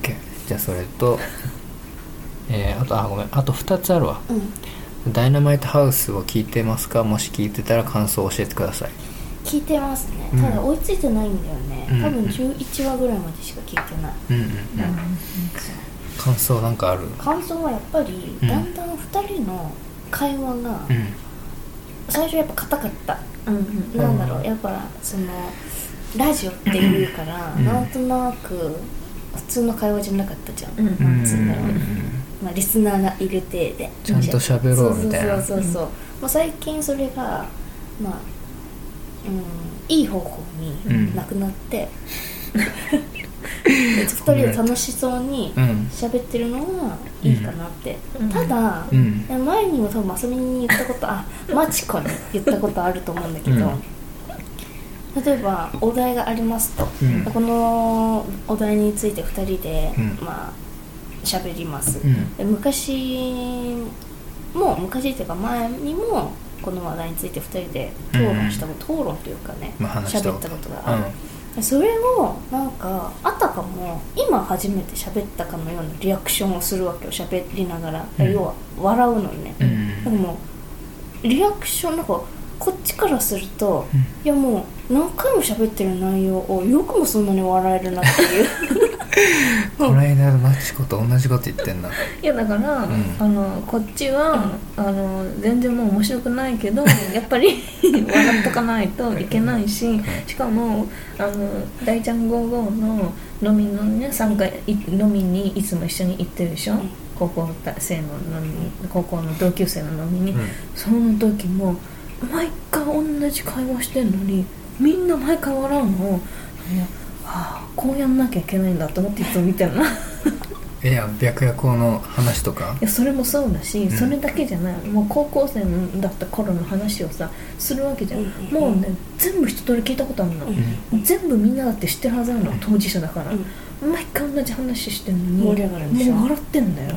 Speaker 1: OK じゃあそれとえーあとあごめんあと2つあるわ
Speaker 2: う
Speaker 1: 「
Speaker 2: ん
Speaker 1: ダイナマイトハウス」を聞いてますかもし聞いてたら感想を教えてください
Speaker 2: 聞いてますね
Speaker 1: うん
Speaker 2: ただ追いついてないんだよね、
Speaker 1: うん
Speaker 2: 多分11話ぐらいまでしか聞いてない
Speaker 1: うんうんうん感想なんかある
Speaker 2: 感想はやっぱり
Speaker 1: うん
Speaker 2: だんだん2人の会話が
Speaker 1: うん
Speaker 2: 最初やっぱ硬かった、
Speaker 3: うんうん
Speaker 2: なんだろうやっぱそのラジオっていうから、
Speaker 1: うん
Speaker 2: なんとなく普通の会話じゃなかったじゃん、
Speaker 3: うん
Speaker 1: うん
Speaker 2: そうだよ
Speaker 1: うん
Speaker 2: まあ、リスナーがいる体で
Speaker 1: ちゃんと喋ろうみたいな
Speaker 2: そうそうそうそう、まあ、最近それがまあうんいい方向になく なって、2人で楽しそうに
Speaker 1: うん
Speaker 2: 喋ってるのがいいかなって、
Speaker 3: うん
Speaker 2: ただ、
Speaker 1: うん
Speaker 2: 前にも多分まさみに言ったことあマチコに言ったことあると思うんだけど、
Speaker 1: うん
Speaker 2: あ例えばお題がありますと、
Speaker 1: うん
Speaker 2: このお題について2人で、
Speaker 1: うん
Speaker 2: まあ喋りま
Speaker 1: う
Speaker 2: す、
Speaker 1: ん
Speaker 2: で昔も昔っていうか前にもこの話題について2人で討論したこと、討論というかね
Speaker 1: まあ話した
Speaker 2: 喋
Speaker 1: こ
Speaker 2: っ
Speaker 1: と
Speaker 2: たことがある、
Speaker 1: う
Speaker 2: でそれをなんかあたかも今初めて喋ったかのようなリアクションをするわけよ喋りながら、
Speaker 1: うん
Speaker 2: 要は笑うのにね、
Speaker 1: んう
Speaker 2: なんんかもうリアクションなんかこっちからすると、
Speaker 1: うん
Speaker 2: いやもう何回も喋ってる内容をよくもそんなに笑えるなっていう
Speaker 1: この間のマチコと同じこと言ってんな
Speaker 3: いやだから、
Speaker 1: ん
Speaker 3: あのこっちは、あの全然もう面白くないけどやっぱり笑っとかないといけないししかもあの大ちゃん55の飲みのね参加い飲みにいつも一緒に行ってるでしょ、
Speaker 2: うん
Speaker 3: 高校生の飲みに高校の同級生の飲みに、
Speaker 1: うん
Speaker 3: その時も毎回同じ会話してんのにみんな毎回笑うのをいやああこうやんなきゃいけないんだと思っていつも見てるな。
Speaker 1: いや白夜行の話とか
Speaker 3: いやそれもそうだし、
Speaker 1: ん
Speaker 3: それだけじゃないもう高校生だった頃の話をさするわけじゃん、
Speaker 2: うんうんうん
Speaker 3: もうね全部一通り聞いたことある の、
Speaker 1: う
Speaker 3: 全部みんなだって知ってるはずなの当事者だから、
Speaker 2: うん
Speaker 3: 毎回同じ話してるのに
Speaker 2: 盛り上がるんでしょ
Speaker 3: もう笑ってんだよ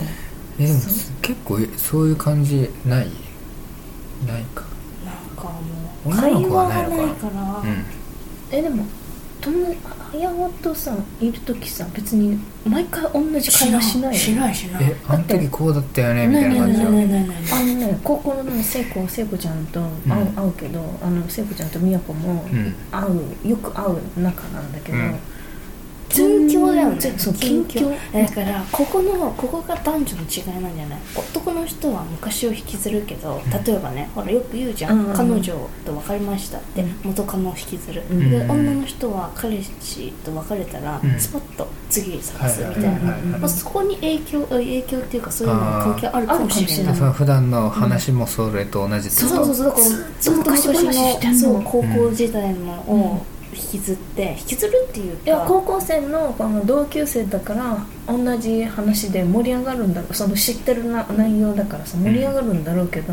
Speaker 1: えでも
Speaker 3: そう
Speaker 1: 結構そういう感じないないか
Speaker 2: なんかもう
Speaker 1: 女
Speaker 2: 会
Speaker 1: の
Speaker 2: 話
Speaker 1: 子はな
Speaker 2: が
Speaker 1: いの
Speaker 2: ない
Speaker 1: か
Speaker 2: から、
Speaker 1: うん
Speaker 3: えでも友達綾穂とさいる時さ別に毎回同じ会話しないよね
Speaker 2: しないしない
Speaker 1: えあの時こうだったよねみ
Speaker 3: だ
Speaker 1: た
Speaker 3: って
Speaker 1: いな
Speaker 2: な
Speaker 1: 感
Speaker 2: い
Speaker 1: じ
Speaker 2: な
Speaker 1: ないの
Speaker 2: ないないない
Speaker 3: あのね高校のね聖子聖子ちゃんと会う,、
Speaker 1: うん
Speaker 3: 会うけどあの聖子ちゃんと美和子も
Speaker 1: うん
Speaker 3: 会う、よく会う仲なんだけど、
Speaker 1: うん
Speaker 2: 近況だよね
Speaker 3: 全然そう近況
Speaker 2: だからここのここが男女の違いなんじゃない男の人は昔を引きずるけど例えばねほらよく言うじゃん、
Speaker 3: うんうんうん
Speaker 2: 彼女と別れましたって
Speaker 3: うん
Speaker 2: 元カノを引きずる、
Speaker 3: うん
Speaker 2: で女の人は彼氏と別れたら、
Speaker 1: うん
Speaker 2: スパッと次探すみたい
Speaker 1: は
Speaker 2: な、
Speaker 1: いはいはいはい
Speaker 2: まあ、そこに影響影響っていうかそういうのが関係あるかもしれない
Speaker 3: あーあるかもしれない
Speaker 1: その普段の話もそれと同じってこと
Speaker 2: そうそうそうだから
Speaker 3: ずっと
Speaker 2: ずっと昔
Speaker 3: 昔話してん
Speaker 2: のそ
Speaker 3: の
Speaker 2: う高校時代のを引きずって、引きずるっていうか
Speaker 3: いや高校生のこの同級生だから同じ話で盛り上がるんだろうその知ってるな内容だからさ盛り上がるんだろうけど、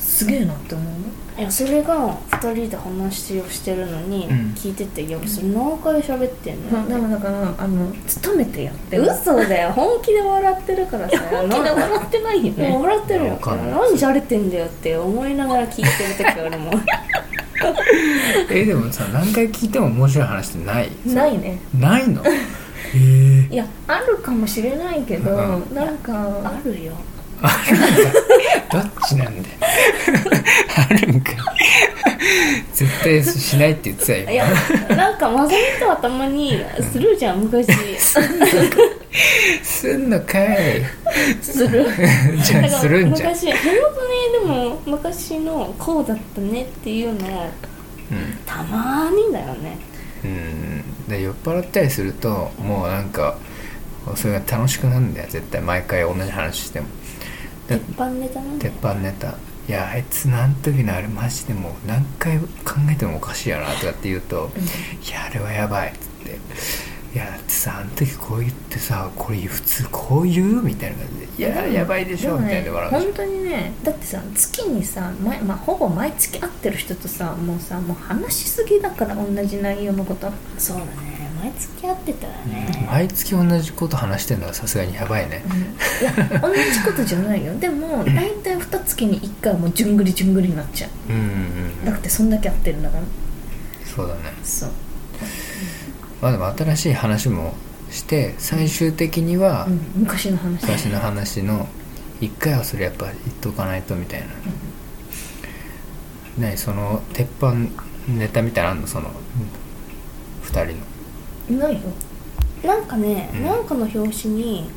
Speaker 3: すげえなって思うの
Speaker 2: いやそれが2人で話をしてるのに、
Speaker 1: うん
Speaker 2: 聞いてて「いやそれ何回喋ってんの?」
Speaker 3: だからだからあの勤めてやってる
Speaker 2: 嘘だよ本気で笑ってるからさ
Speaker 3: 本気で笑ってないよ
Speaker 2: もう
Speaker 3: ね
Speaker 2: 笑ってるよ
Speaker 1: わかんない
Speaker 2: 何じゃれてんだよって思いながら聞いてる時ある もん
Speaker 1: えでもさ何回聞いても面白い話ってない
Speaker 3: ないね
Speaker 1: ないのへえ
Speaker 3: いやあるかもしれないけど、
Speaker 1: う
Speaker 3: なんか
Speaker 2: あるよ
Speaker 1: どっちなんだよあるんか絶対しないって言ってたよ
Speaker 2: いやなんかまさみとはたまにするじゃん 昔
Speaker 1: 今すんのかい
Speaker 2: する
Speaker 1: じゃあするんじゃん、
Speaker 2: 昔本当にでも昔のこうだったねっていうのを
Speaker 1: うん
Speaker 2: たまーにだよね
Speaker 1: うん、で酔っ払ったりするともうなんかそれが楽しくなるんだよ絶対毎回同じ話してもだ
Speaker 2: 鉄板ネタなんだ
Speaker 1: 鉄
Speaker 2: よ
Speaker 1: 板ネタいやあいつなん時のあれマジでもう何回考えてもおかしいやなとかって言うと「いやあれはやばい」っつって「いやだってさあの時こう言ってさこれ普通こう言う?」みたいな感じで「いややばいでしょ」みたいなで
Speaker 3: でもね
Speaker 1: 笑うでし
Speaker 3: 本当にねだってさ月にさ、毎まあ、ほぼ毎月会ってる人とさもうさもう話しすぎだから同じ内容のこと
Speaker 2: そうだね毎月会ってたら
Speaker 1: ょ
Speaker 2: ね、
Speaker 1: 毎月同じこと話してるのはさすがにやばいね
Speaker 3: いや同じことじゃないよでも大体2月に1回はもうじゅんぐりじゅんぐりになっちゃう
Speaker 1: うんうんう
Speaker 3: だ
Speaker 1: ん
Speaker 3: ってそんだけ会ってるんだから
Speaker 1: そうだね
Speaker 3: そう
Speaker 1: まあでも新しい話もして最終的には
Speaker 3: うん、昔の話
Speaker 1: 昔の話の一回はそれやっぱ言っとかないとみたいな、ねその鉄板ネタみたいなのあんのその二人の
Speaker 3: ないよ
Speaker 2: なんかね、
Speaker 1: うん
Speaker 2: なんかの表紙に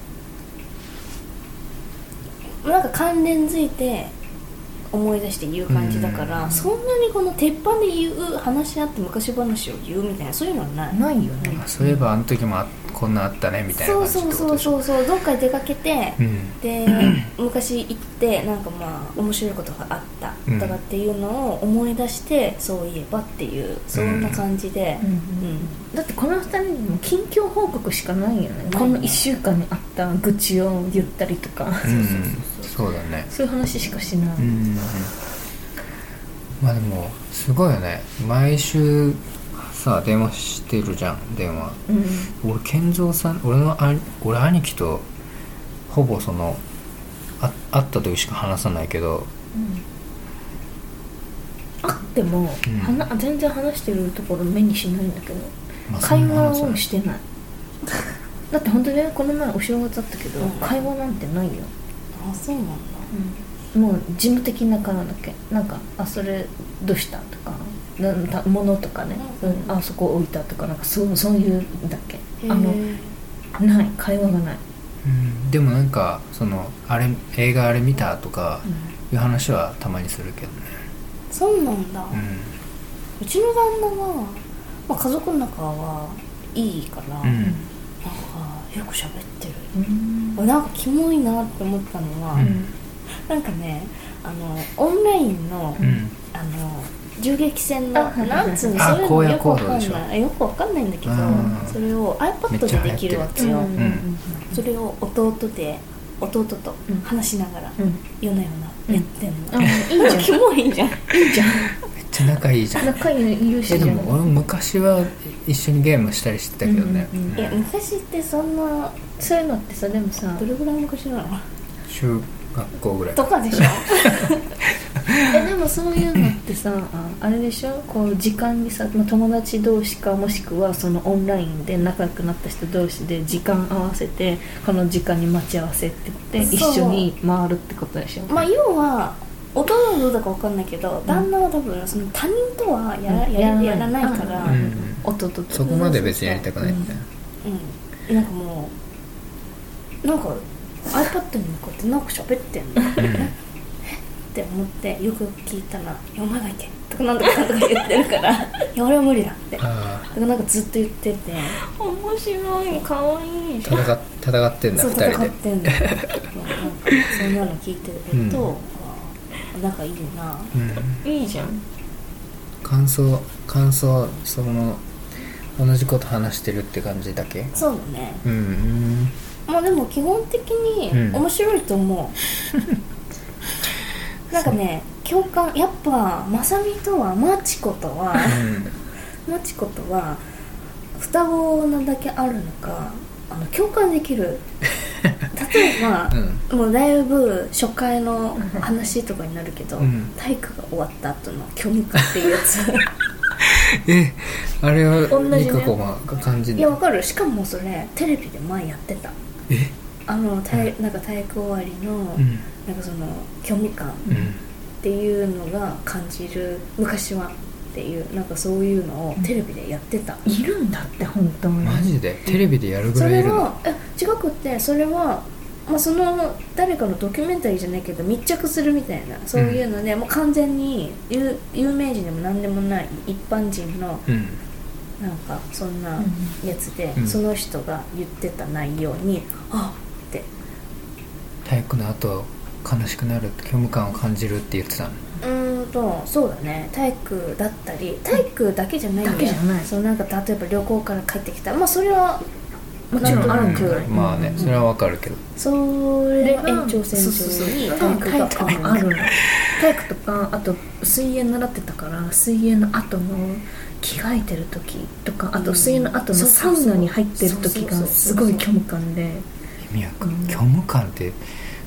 Speaker 2: なんか関連づいて思い出して言う感じだから、
Speaker 1: うん
Speaker 2: そんなにこの鉄板で言う話し合って昔話を言うみたいなそういうのはない
Speaker 3: ないよね
Speaker 1: あそういえばあの時もあこんなあったねみたいな
Speaker 2: そ
Speaker 1: 感じ
Speaker 2: う
Speaker 1: って
Speaker 2: そ
Speaker 1: こ
Speaker 2: う
Speaker 1: と
Speaker 2: そう
Speaker 1: でしょ
Speaker 2: そうそうどっかに出かけて、
Speaker 1: うん
Speaker 2: で昔行ってなんかまあ面白いことがあった
Speaker 1: うん
Speaker 2: とかっていうのを思い出して、そういえばっていうそんな感じで、
Speaker 3: うん
Speaker 2: うん
Speaker 3: だってこの2人にも近況報告しかないよね
Speaker 2: いね
Speaker 3: この1週間にあった愚痴を言ったりとか
Speaker 1: うんうんそうだね
Speaker 3: そういう話しかしない、
Speaker 1: うんうんまあでもすごいよね毎週さ電話してるじゃん電話
Speaker 3: うん
Speaker 1: 俺健三さん俺のあ俺兄貴とほぼそのあ会った時しか話さないけど
Speaker 3: あっても、
Speaker 1: うん
Speaker 3: はな全然話してるところ目にしないんだけど
Speaker 1: まあそ
Speaker 3: 会
Speaker 1: んな話
Speaker 3: 話をしてないだって本当ねこの前お正月だったけど、
Speaker 2: うん
Speaker 3: 会話なんてないよ、
Speaker 2: あそうなんだ
Speaker 3: もう事務的なからだけなんか「あそれどうした?」とか「なんた物」とかね「
Speaker 2: う
Speaker 3: うんんあそこ置いた」とかなんかそうそういうだけ
Speaker 2: へー
Speaker 3: あのない会話がない、
Speaker 1: うんでもなんかそのあれ映画あれ見たとかいう話はたまにするけどね
Speaker 2: そうなんだ、
Speaker 1: う
Speaker 2: うちの旦那は、まあ、家族の中はいいから、
Speaker 1: んう
Speaker 2: なんか
Speaker 1: ん
Speaker 2: よく喋ってる
Speaker 3: うん
Speaker 2: 俺なんかキモいなって思ったのは、
Speaker 1: うん
Speaker 2: なんかねあのオンラインの、
Speaker 1: うん
Speaker 2: あの銃撃戦
Speaker 3: あ
Speaker 2: の
Speaker 3: はい
Speaker 2: なんつうの
Speaker 1: あ
Speaker 2: そういうのよくわ
Speaker 1: 荒野行動
Speaker 2: か
Speaker 1: で
Speaker 2: ん
Speaker 1: しょ
Speaker 2: ないよくわかんないんだけど
Speaker 1: うん
Speaker 2: それを iPad でできるわけよ、
Speaker 1: ん
Speaker 2: それを弟で弟と話しながら、
Speaker 3: うん
Speaker 2: 夜な夜なやってんの、
Speaker 3: あいい じゃん
Speaker 2: キモいじゃん
Speaker 1: めっちゃ仲いいじゃん
Speaker 3: 仲いいし
Speaker 1: えで
Speaker 3: じゃん
Speaker 1: も俺も昔は一緒にゲームしたりしてたけどね、
Speaker 3: うんうんうん
Speaker 2: いや昔ってそんな
Speaker 3: そういうのってさでもさ
Speaker 2: どれぐらい昔なの
Speaker 1: 中学校ぐらい
Speaker 2: とかでしょ
Speaker 3: えでもそういうのってさああれでしょこう時間にさ、まあ、友達同士かもしくはそのオンラインで仲良くなった人同士で時間合わせてこの時間に待ち合わせって言って一
Speaker 2: そう
Speaker 3: 緒に回るってことでしょ
Speaker 2: まあ要は弟はどうだかわかんないけど旦那は多分その他人とはやら,、
Speaker 3: うん
Speaker 2: やら
Speaker 3: や
Speaker 2: や
Speaker 3: ら
Speaker 2: ら
Speaker 3: な
Speaker 2: ないいから、
Speaker 3: あ
Speaker 1: う
Speaker 2: うん
Speaker 1: ん、
Speaker 3: 弟と
Speaker 1: そこまで別にやりたくないみたいな、
Speaker 2: なんかもうなんか iPad に向かってなんか喋って んのっ
Speaker 1: うん
Speaker 2: て思ってよくよく聞いたら「読まなきゃ」とかなんとかなんとか言ってる から「いや俺は無理だ」ってだか
Speaker 1: ああ
Speaker 2: らなんかずっと言ってて
Speaker 3: 面白いかわいい
Speaker 1: 戦っ戦ってんだ
Speaker 2: そう
Speaker 1: 二
Speaker 2: 戦
Speaker 1: 人
Speaker 2: っ
Speaker 1: で
Speaker 2: てんのなんかそんなの聞いてると、
Speaker 1: うん
Speaker 2: あ仲いいな
Speaker 1: うん
Speaker 3: いいじゃん
Speaker 1: 感想感想その同じこと話してるって感じだけ
Speaker 2: そうだね
Speaker 1: うんうん
Speaker 2: まあでも基本的
Speaker 1: うん
Speaker 2: に面白い と思う、なんかね共感やっぱまさみとはまちこと はまちことは双子なだけあるのかあの共感で きる例えば
Speaker 1: う、ん
Speaker 2: もうだいぶ初回の話とかになるけど、
Speaker 1: うん
Speaker 2: 体育が終わった後の虚無感っていうや つ
Speaker 1: えあれは
Speaker 3: 同じね
Speaker 1: ミカ子が感じる
Speaker 2: いやわかるしかもそれテレビで前やってた
Speaker 1: え
Speaker 2: あの体なんか体育終わりの、
Speaker 1: うん
Speaker 2: なんかその虚無感
Speaker 1: うん
Speaker 2: っていうのが感じる昔はっていうなんかそういうのをテレビでやってた、
Speaker 3: いるんだって本当に
Speaker 1: マジでテレビでやるぐ
Speaker 2: そ
Speaker 1: らいい
Speaker 2: れ
Speaker 1: るの
Speaker 2: はえ違くってそれは、まあ、その誰かのドキュメンタリーじゃないけど密着するみたいなそういうので、もう完全に有有名人でも何でもない一般人の
Speaker 1: うん
Speaker 2: なんかそん
Speaker 3: う
Speaker 2: なんやつで、
Speaker 1: うん
Speaker 2: その人が言ってた内容にあって
Speaker 1: 体育の後悲しくなる虚無感を感じるって言ってたの
Speaker 2: うーんとそうだね体育だったり体育だけじゃないんだよ
Speaker 3: だけじゃない
Speaker 2: そうなんか例えば旅行から帰ってきたまあそれは
Speaker 3: もちろんあるんじゃない、
Speaker 2: う
Speaker 1: まあねそれはわかるけど
Speaker 2: それの延長線
Speaker 3: そうそうそう
Speaker 2: 上に
Speaker 3: 体
Speaker 2: 体育
Speaker 3: 育
Speaker 2: が
Speaker 3: とかもあるの体育とかあと水泳習ってたから水泳の後の着替えてる時とかあと水泳の後の
Speaker 2: そう
Speaker 3: サ
Speaker 2: そうそう
Speaker 3: ウナに入ってる時
Speaker 2: そ
Speaker 3: が
Speaker 2: うそうそう
Speaker 3: すごい虚無感で
Speaker 1: 意味わか
Speaker 3: うん
Speaker 1: 虚無感って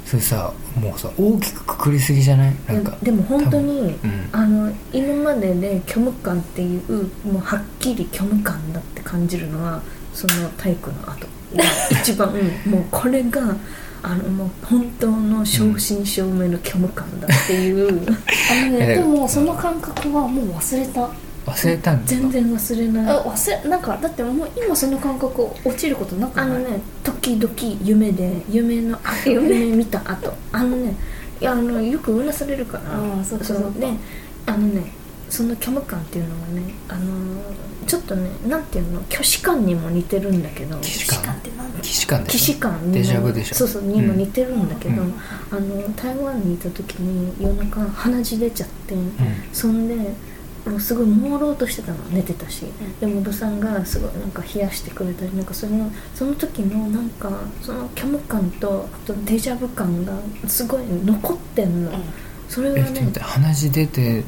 Speaker 1: それさもうさ大きくくくりすぎじゃないなんか
Speaker 3: でも本当に
Speaker 1: うん
Speaker 3: あの今までで虚無感っていうもうはっきり虚無感だって感じるのはその体育の後が 一番もうこれがあのもう本当の正真正銘の虚無感だって いう。
Speaker 2: あのね
Speaker 1: え
Speaker 2: でもその感覚はもう忘れた
Speaker 1: 忘れたんだ
Speaker 3: 全然忘れ
Speaker 2: え
Speaker 3: ない
Speaker 2: 忘れなんかだってもう今その感覚落ちることなく
Speaker 3: あ
Speaker 2: ない
Speaker 3: のね時々夢で夢のあ夢見た後あのねいやあのよくうなされるから
Speaker 2: ああそうかそうか
Speaker 3: ねあのねその虚無感っていうのはねあのちょっとねなんていうの虚視感にも似てるんだけど
Speaker 1: 既視
Speaker 2: 時間
Speaker 1: 感
Speaker 2: ってなんだ
Speaker 1: 既視感で
Speaker 3: 既
Speaker 1: しょ
Speaker 3: 視感にも
Speaker 1: デジャブでしょ
Speaker 3: そうそうにも似てるんだけど、
Speaker 1: うん
Speaker 3: あの台湾にいた時に夜中鼻血出ちゃって、
Speaker 1: うん
Speaker 3: そんでもうすごい朦朧としてたの寝てたし、でもおばさんがすごいなんか冷やしてくれたりなんかそのその時のなんかその虚無感とあとデジャブ感がすごい残ってんの、
Speaker 2: うん
Speaker 3: それは
Speaker 1: えちょっと
Speaker 3: ね
Speaker 1: 待って鼻血出て
Speaker 3: う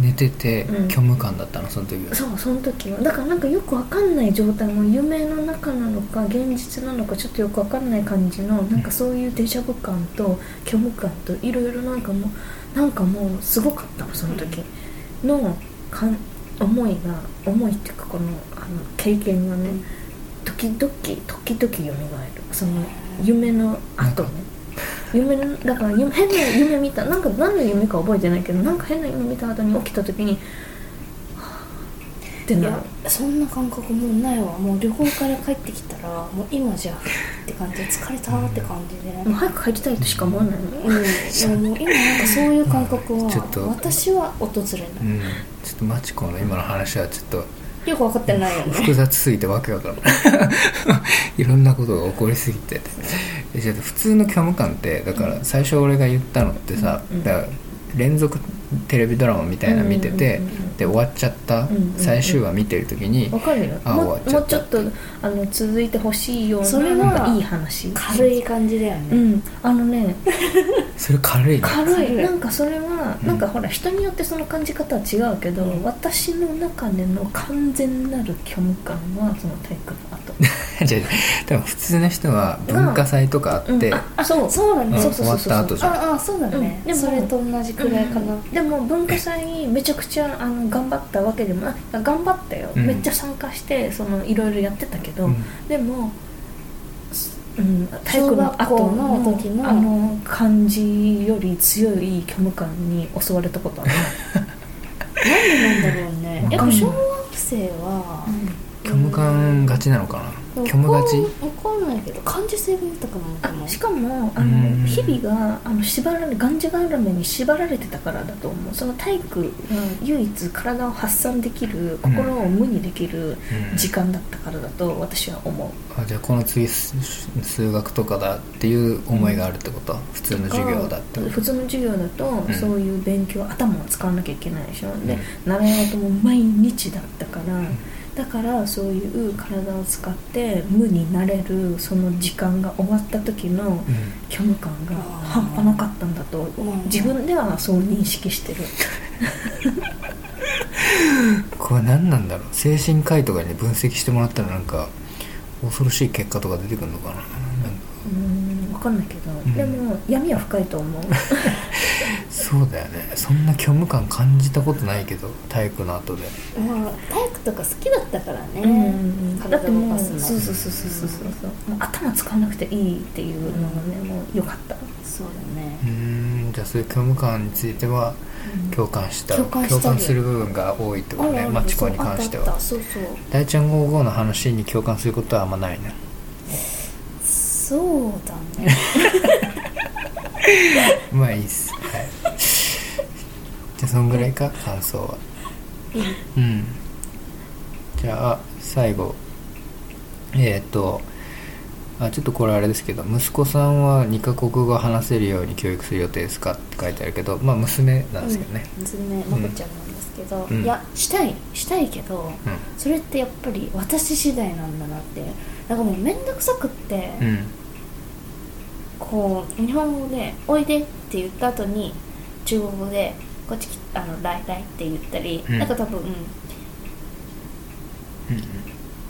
Speaker 1: 寝てて
Speaker 3: うん
Speaker 1: 虚無感だったのその時は
Speaker 3: ん、そうその時はだからなんかよくわかんない状態も夢の中なのか現実なのかちょっとよくわかんない感じのなんかそういうデジャブ感と虚無感といろいろなんかもうなんかもうすごかったのその時のかん思いが思いっていうかこのあの経験がね時々時々蘇るその夢の後ね夢のだから夢変な夢見たなんか何の夢か覚えてないけどなんか変な夢見た後に起きた時にはぁって
Speaker 2: い
Speaker 3: なる
Speaker 2: やそんな感覚もうないわもう旅行から帰ってきたらもう今じゃって感じで疲れたって感じで、
Speaker 3: もう早く帰りたいとしか思わない
Speaker 2: う
Speaker 3: の
Speaker 2: ん、でももう今なんかそういう感覚
Speaker 1: ちょっと
Speaker 2: は私は訪れない、
Speaker 1: うんちょっとマチコの今の話はちょっと
Speaker 2: よく分かってないよね
Speaker 1: 複雑すぎてわけわからない いろんなことが起こりすぎてえちょっと普通の虚無感ってだから最初俺が言ったのってさ、
Speaker 3: うん
Speaker 1: だから連続テレビドラマみたいなの見てて、
Speaker 3: うんうんうんうん
Speaker 1: で終わっちゃった、
Speaker 3: んうんうん
Speaker 1: 最終話見てる時に、
Speaker 3: わかるよ
Speaker 1: あ
Speaker 3: も
Speaker 1: 終
Speaker 3: う
Speaker 1: わ
Speaker 3: も
Speaker 1: っ
Speaker 3: う
Speaker 1: ち
Speaker 3: ち
Speaker 1: ゃ
Speaker 3: ょ
Speaker 1: っ
Speaker 3: っとあの続いてほしいような
Speaker 2: それは
Speaker 3: なんかいい話
Speaker 2: 軽い感じだよね、
Speaker 3: うんあのね
Speaker 1: それ 軽いな
Speaker 3: 軽い
Speaker 2: 軽い
Speaker 3: なんかそれは、
Speaker 1: うん
Speaker 3: なんかほら人によってその感じ方は違うけど、
Speaker 2: うん
Speaker 3: 私の中での完全なる虚無感はその体育の 後
Speaker 1: じゃあ多分普通の人は文化祭とかあって、
Speaker 3: うんああそう
Speaker 2: そうだ
Speaker 1: うん
Speaker 2: ね、
Speaker 3: そう
Speaker 1: 終わった後じゃん
Speaker 2: ああそうだね、
Speaker 3: うんでも
Speaker 2: それと同じくらいかな、
Speaker 3: でも文化祭めちゃくちゃあの頑張ったわけでもあ頑張ったよ、
Speaker 1: うん
Speaker 3: めっちゃ参加してそのいろいろやってたけど、
Speaker 1: うん
Speaker 3: でも、すうん、体育の
Speaker 2: 小
Speaker 3: 後
Speaker 2: 学校の
Speaker 3: の
Speaker 2: 時の
Speaker 3: あの感じより強い虚無感に襲われたことはない、
Speaker 2: なんでなんだろう
Speaker 1: わかん
Speaker 2: ね
Speaker 1: ない
Speaker 2: やっぱ小学生は、
Speaker 1: 虚無感勝ちなのかな虚無勝ち
Speaker 2: わかんないけど感受性が豊かなのか
Speaker 3: あ
Speaker 2: な
Speaker 3: しかもあ
Speaker 1: うん
Speaker 3: の日々があの縛られがんじがらめに縛られてたからだと思うその体育が唯一体を発散できる心を無にできる
Speaker 1: うん
Speaker 3: 時間だったからだと私は思う
Speaker 1: あじゃあこの次す数学とかだっていう思いがあるってこと、普通の授業だってこと
Speaker 3: 普通の授業だと、
Speaker 1: ん
Speaker 3: そういう勉強頭を使わなきゃいけないでしょ、
Speaker 1: う
Speaker 3: で
Speaker 1: ん
Speaker 3: 習い事も毎日だったから、だからそういう体を使って無になれるその時間が終わった時の
Speaker 1: うん
Speaker 3: 虚無感が
Speaker 2: あー
Speaker 3: 半端なかったんだと
Speaker 2: うん
Speaker 3: 自分ではそう認識してる
Speaker 1: これ何なんだろう精神科医とかに分析してもらったらなんか恐ろしい結果とか出てくるのかななんか
Speaker 3: うーん分かんないけど、
Speaker 1: ん
Speaker 3: でも闇は深いと思う
Speaker 1: そうだよねそんな虚無感感じたことないけど体育の後で
Speaker 2: まあ、体育とか好きだったからね、
Speaker 3: だって
Speaker 2: 体を動
Speaker 3: も
Speaker 2: か
Speaker 3: うそ
Speaker 2: すの
Speaker 3: うそうそうそうそうそうもう頭使わなくていいっていうのがねもう良かった
Speaker 2: そうだね
Speaker 1: うーんじゃあそういう虚無感については共感した,、
Speaker 2: 共感したね
Speaker 1: する部分が多いってこと
Speaker 2: あ
Speaker 1: ね
Speaker 2: るある
Speaker 1: マチコに関して
Speaker 2: そうあったあ
Speaker 1: は
Speaker 2: ったそうそう
Speaker 1: 大ちゃん55の話に共感することはあんまないね
Speaker 2: そうだね
Speaker 1: まあいいっすはいじゃあそんぐらいか感想はうんじゃあ最後えっ、とあちょっとこれあれですけど息子さんは2カ国語話せるように教育する予定ですかって書いてあるけどまあ娘なんですけどね
Speaker 2: うん娘まこちゃんなんですけど、
Speaker 1: うん
Speaker 2: いやしたいしたいけど
Speaker 1: うん
Speaker 2: それってやっぱり私次第なんだなってなんかもう面倒くさくって、
Speaker 1: うん、
Speaker 2: こう日本語で「おいで」って言った後に中国語で「こっち来あの来来」って言ったり、
Speaker 1: うん
Speaker 2: なんか多分、うん
Speaker 1: うん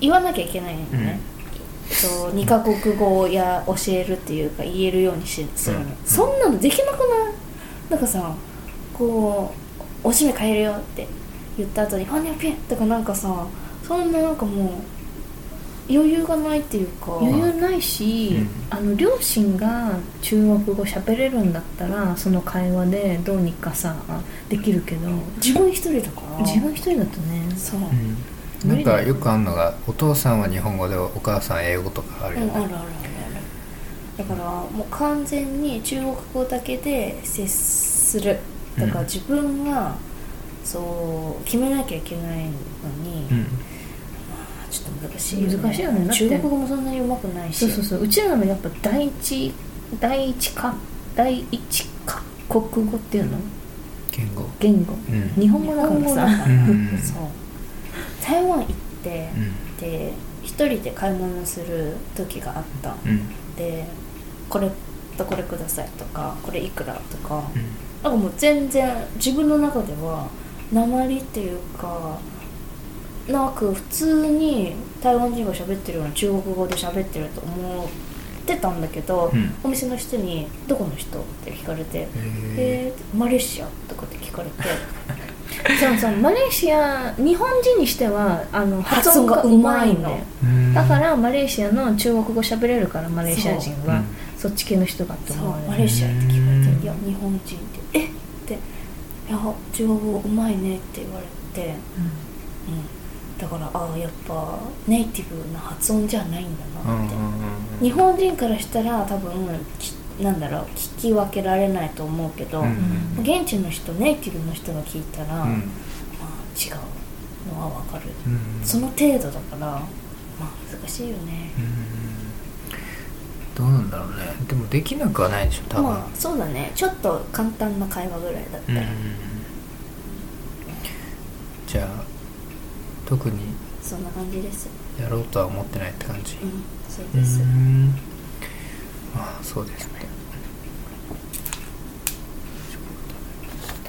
Speaker 2: 言わなきゃいけないのね、そう2カ国語や教えるっていうか言えるようにしするの、
Speaker 1: うん
Speaker 2: そんなのできなくないなんかさこう「おしめ変えるよ」って言った後に「ほにゃぴん」とかなんかさそんななんかもう余裕がないっていうか
Speaker 3: 余裕ないし、
Speaker 1: うん
Speaker 3: あの両親が中国語喋れるんだったらその会話でどうにかさできるけど
Speaker 2: 自分一人だから
Speaker 3: 自分一人だとね
Speaker 2: そう、
Speaker 1: うん、なんかよくあるのがお父さんは日本語でお母さん英語とかあるよ
Speaker 2: うん、あるあ
Speaker 1: ね
Speaker 2: るあるあるだからもう完全に中国語だけで接するだから
Speaker 1: うん
Speaker 2: 自分がそう決めなきゃいけないのに、
Speaker 1: うん、
Speaker 2: ちょっと難しいよね
Speaker 3: 難しいよねだって
Speaker 2: 中国語もそんなにうまくないし
Speaker 3: そうそうそううちらのやっぱ第一第一か第一か国語っていうの
Speaker 1: 言語
Speaker 3: 言語
Speaker 1: うん
Speaker 3: 日本語だから
Speaker 2: だ
Speaker 3: さ
Speaker 2: から
Speaker 1: うん
Speaker 2: そう台湾行って
Speaker 1: うん
Speaker 2: で一人で買い物する時があった
Speaker 1: うん
Speaker 2: でこれとこれくださいとかこれいくらとか
Speaker 1: うん
Speaker 2: なんかもう全然自分の中では鉛っていうかなく普通に台湾人が喋ってるような中国語で喋ってると思ってたんだけど、
Speaker 1: うん
Speaker 2: お店の人に「どこの人?」って聞かれて「
Speaker 1: え
Speaker 2: えー、マレーシア?」とかって聞かれて
Speaker 3: そうそうマレーシア日本人にしてはあの
Speaker 2: 発
Speaker 3: 発
Speaker 2: 音
Speaker 3: 音
Speaker 2: が
Speaker 3: が
Speaker 2: う
Speaker 3: う
Speaker 2: ま
Speaker 3: ま
Speaker 2: い
Speaker 3: い
Speaker 2: の
Speaker 3: の
Speaker 1: ー
Speaker 3: だからマレーシアの中国語喋れるからマレーシア人はそっち系の人だ
Speaker 2: 「
Speaker 3: と
Speaker 2: そう
Speaker 3: 思う
Speaker 2: マ
Speaker 3: よ
Speaker 2: レー
Speaker 3: ね
Speaker 2: シア?」って聞かれ
Speaker 1: う
Speaker 2: て「
Speaker 1: ん
Speaker 2: いや日本人」って「えっ?」て「いや中国語うまいね」って言われて、うん、だからああやっぱネイティブな発音じゃないんだ
Speaker 1: うん
Speaker 2: なって。
Speaker 1: うんうんうん
Speaker 2: 日本人からしたら多分きなんだろう聞き分けられないと思うけど、
Speaker 1: うんうん
Speaker 2: 現地の人ネイティブの人が聞いたら、
Speaker 1: うん
Speaker 2: まあ、違うのは分かる、
Speaker 1: うん
Speaker 2: その程度だからまあ難しいよね
Speaker 1: う、んどうなんだろうねでもできなくはないでしょ多分、
Speaker 2: まあそうだねちょっと簡単な会話ぐらいだった
Speaker 1: うん
Speaker 2: ら、
Speaker 1: じゃあ特に
Speaker 2: そんな感じです
Speaker 1: やろうとは思ってないって感じ
Speaker 2: うんそうです、
Speaker 1: うんまあそうですね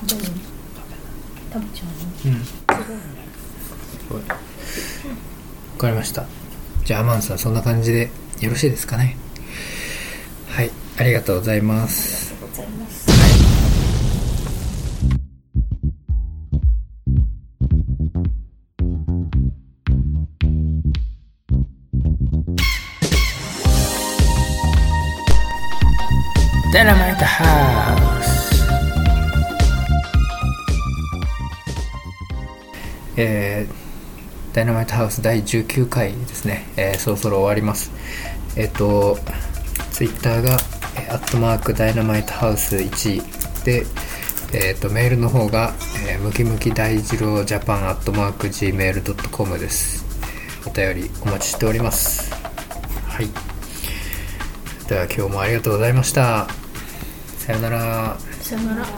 Speaker 3: 食べる食べちゃうの
Speaker 1: うん
Speaker 2: すごいね
Speaker 1: すごいわかりましたじゃあアマンさんそんな感じでよろしいですかねはいありがとうございます
Speaker 2: ありがとうございます
Speaker 1: ダラマイトハウスえーダイナマイトハウス第19回ですね、えーそろそろ終わりますえっ、とツイッターがえーアットマークダイナマイトハウス1でえっとメールの方が、えームキムキ大二郎ジャパンアットマーク Gmail.com ですお便りお待ちしておりますはいでは今日もありがとうございましたさよならは
Speaker 3: さよなら
Speaker 1: い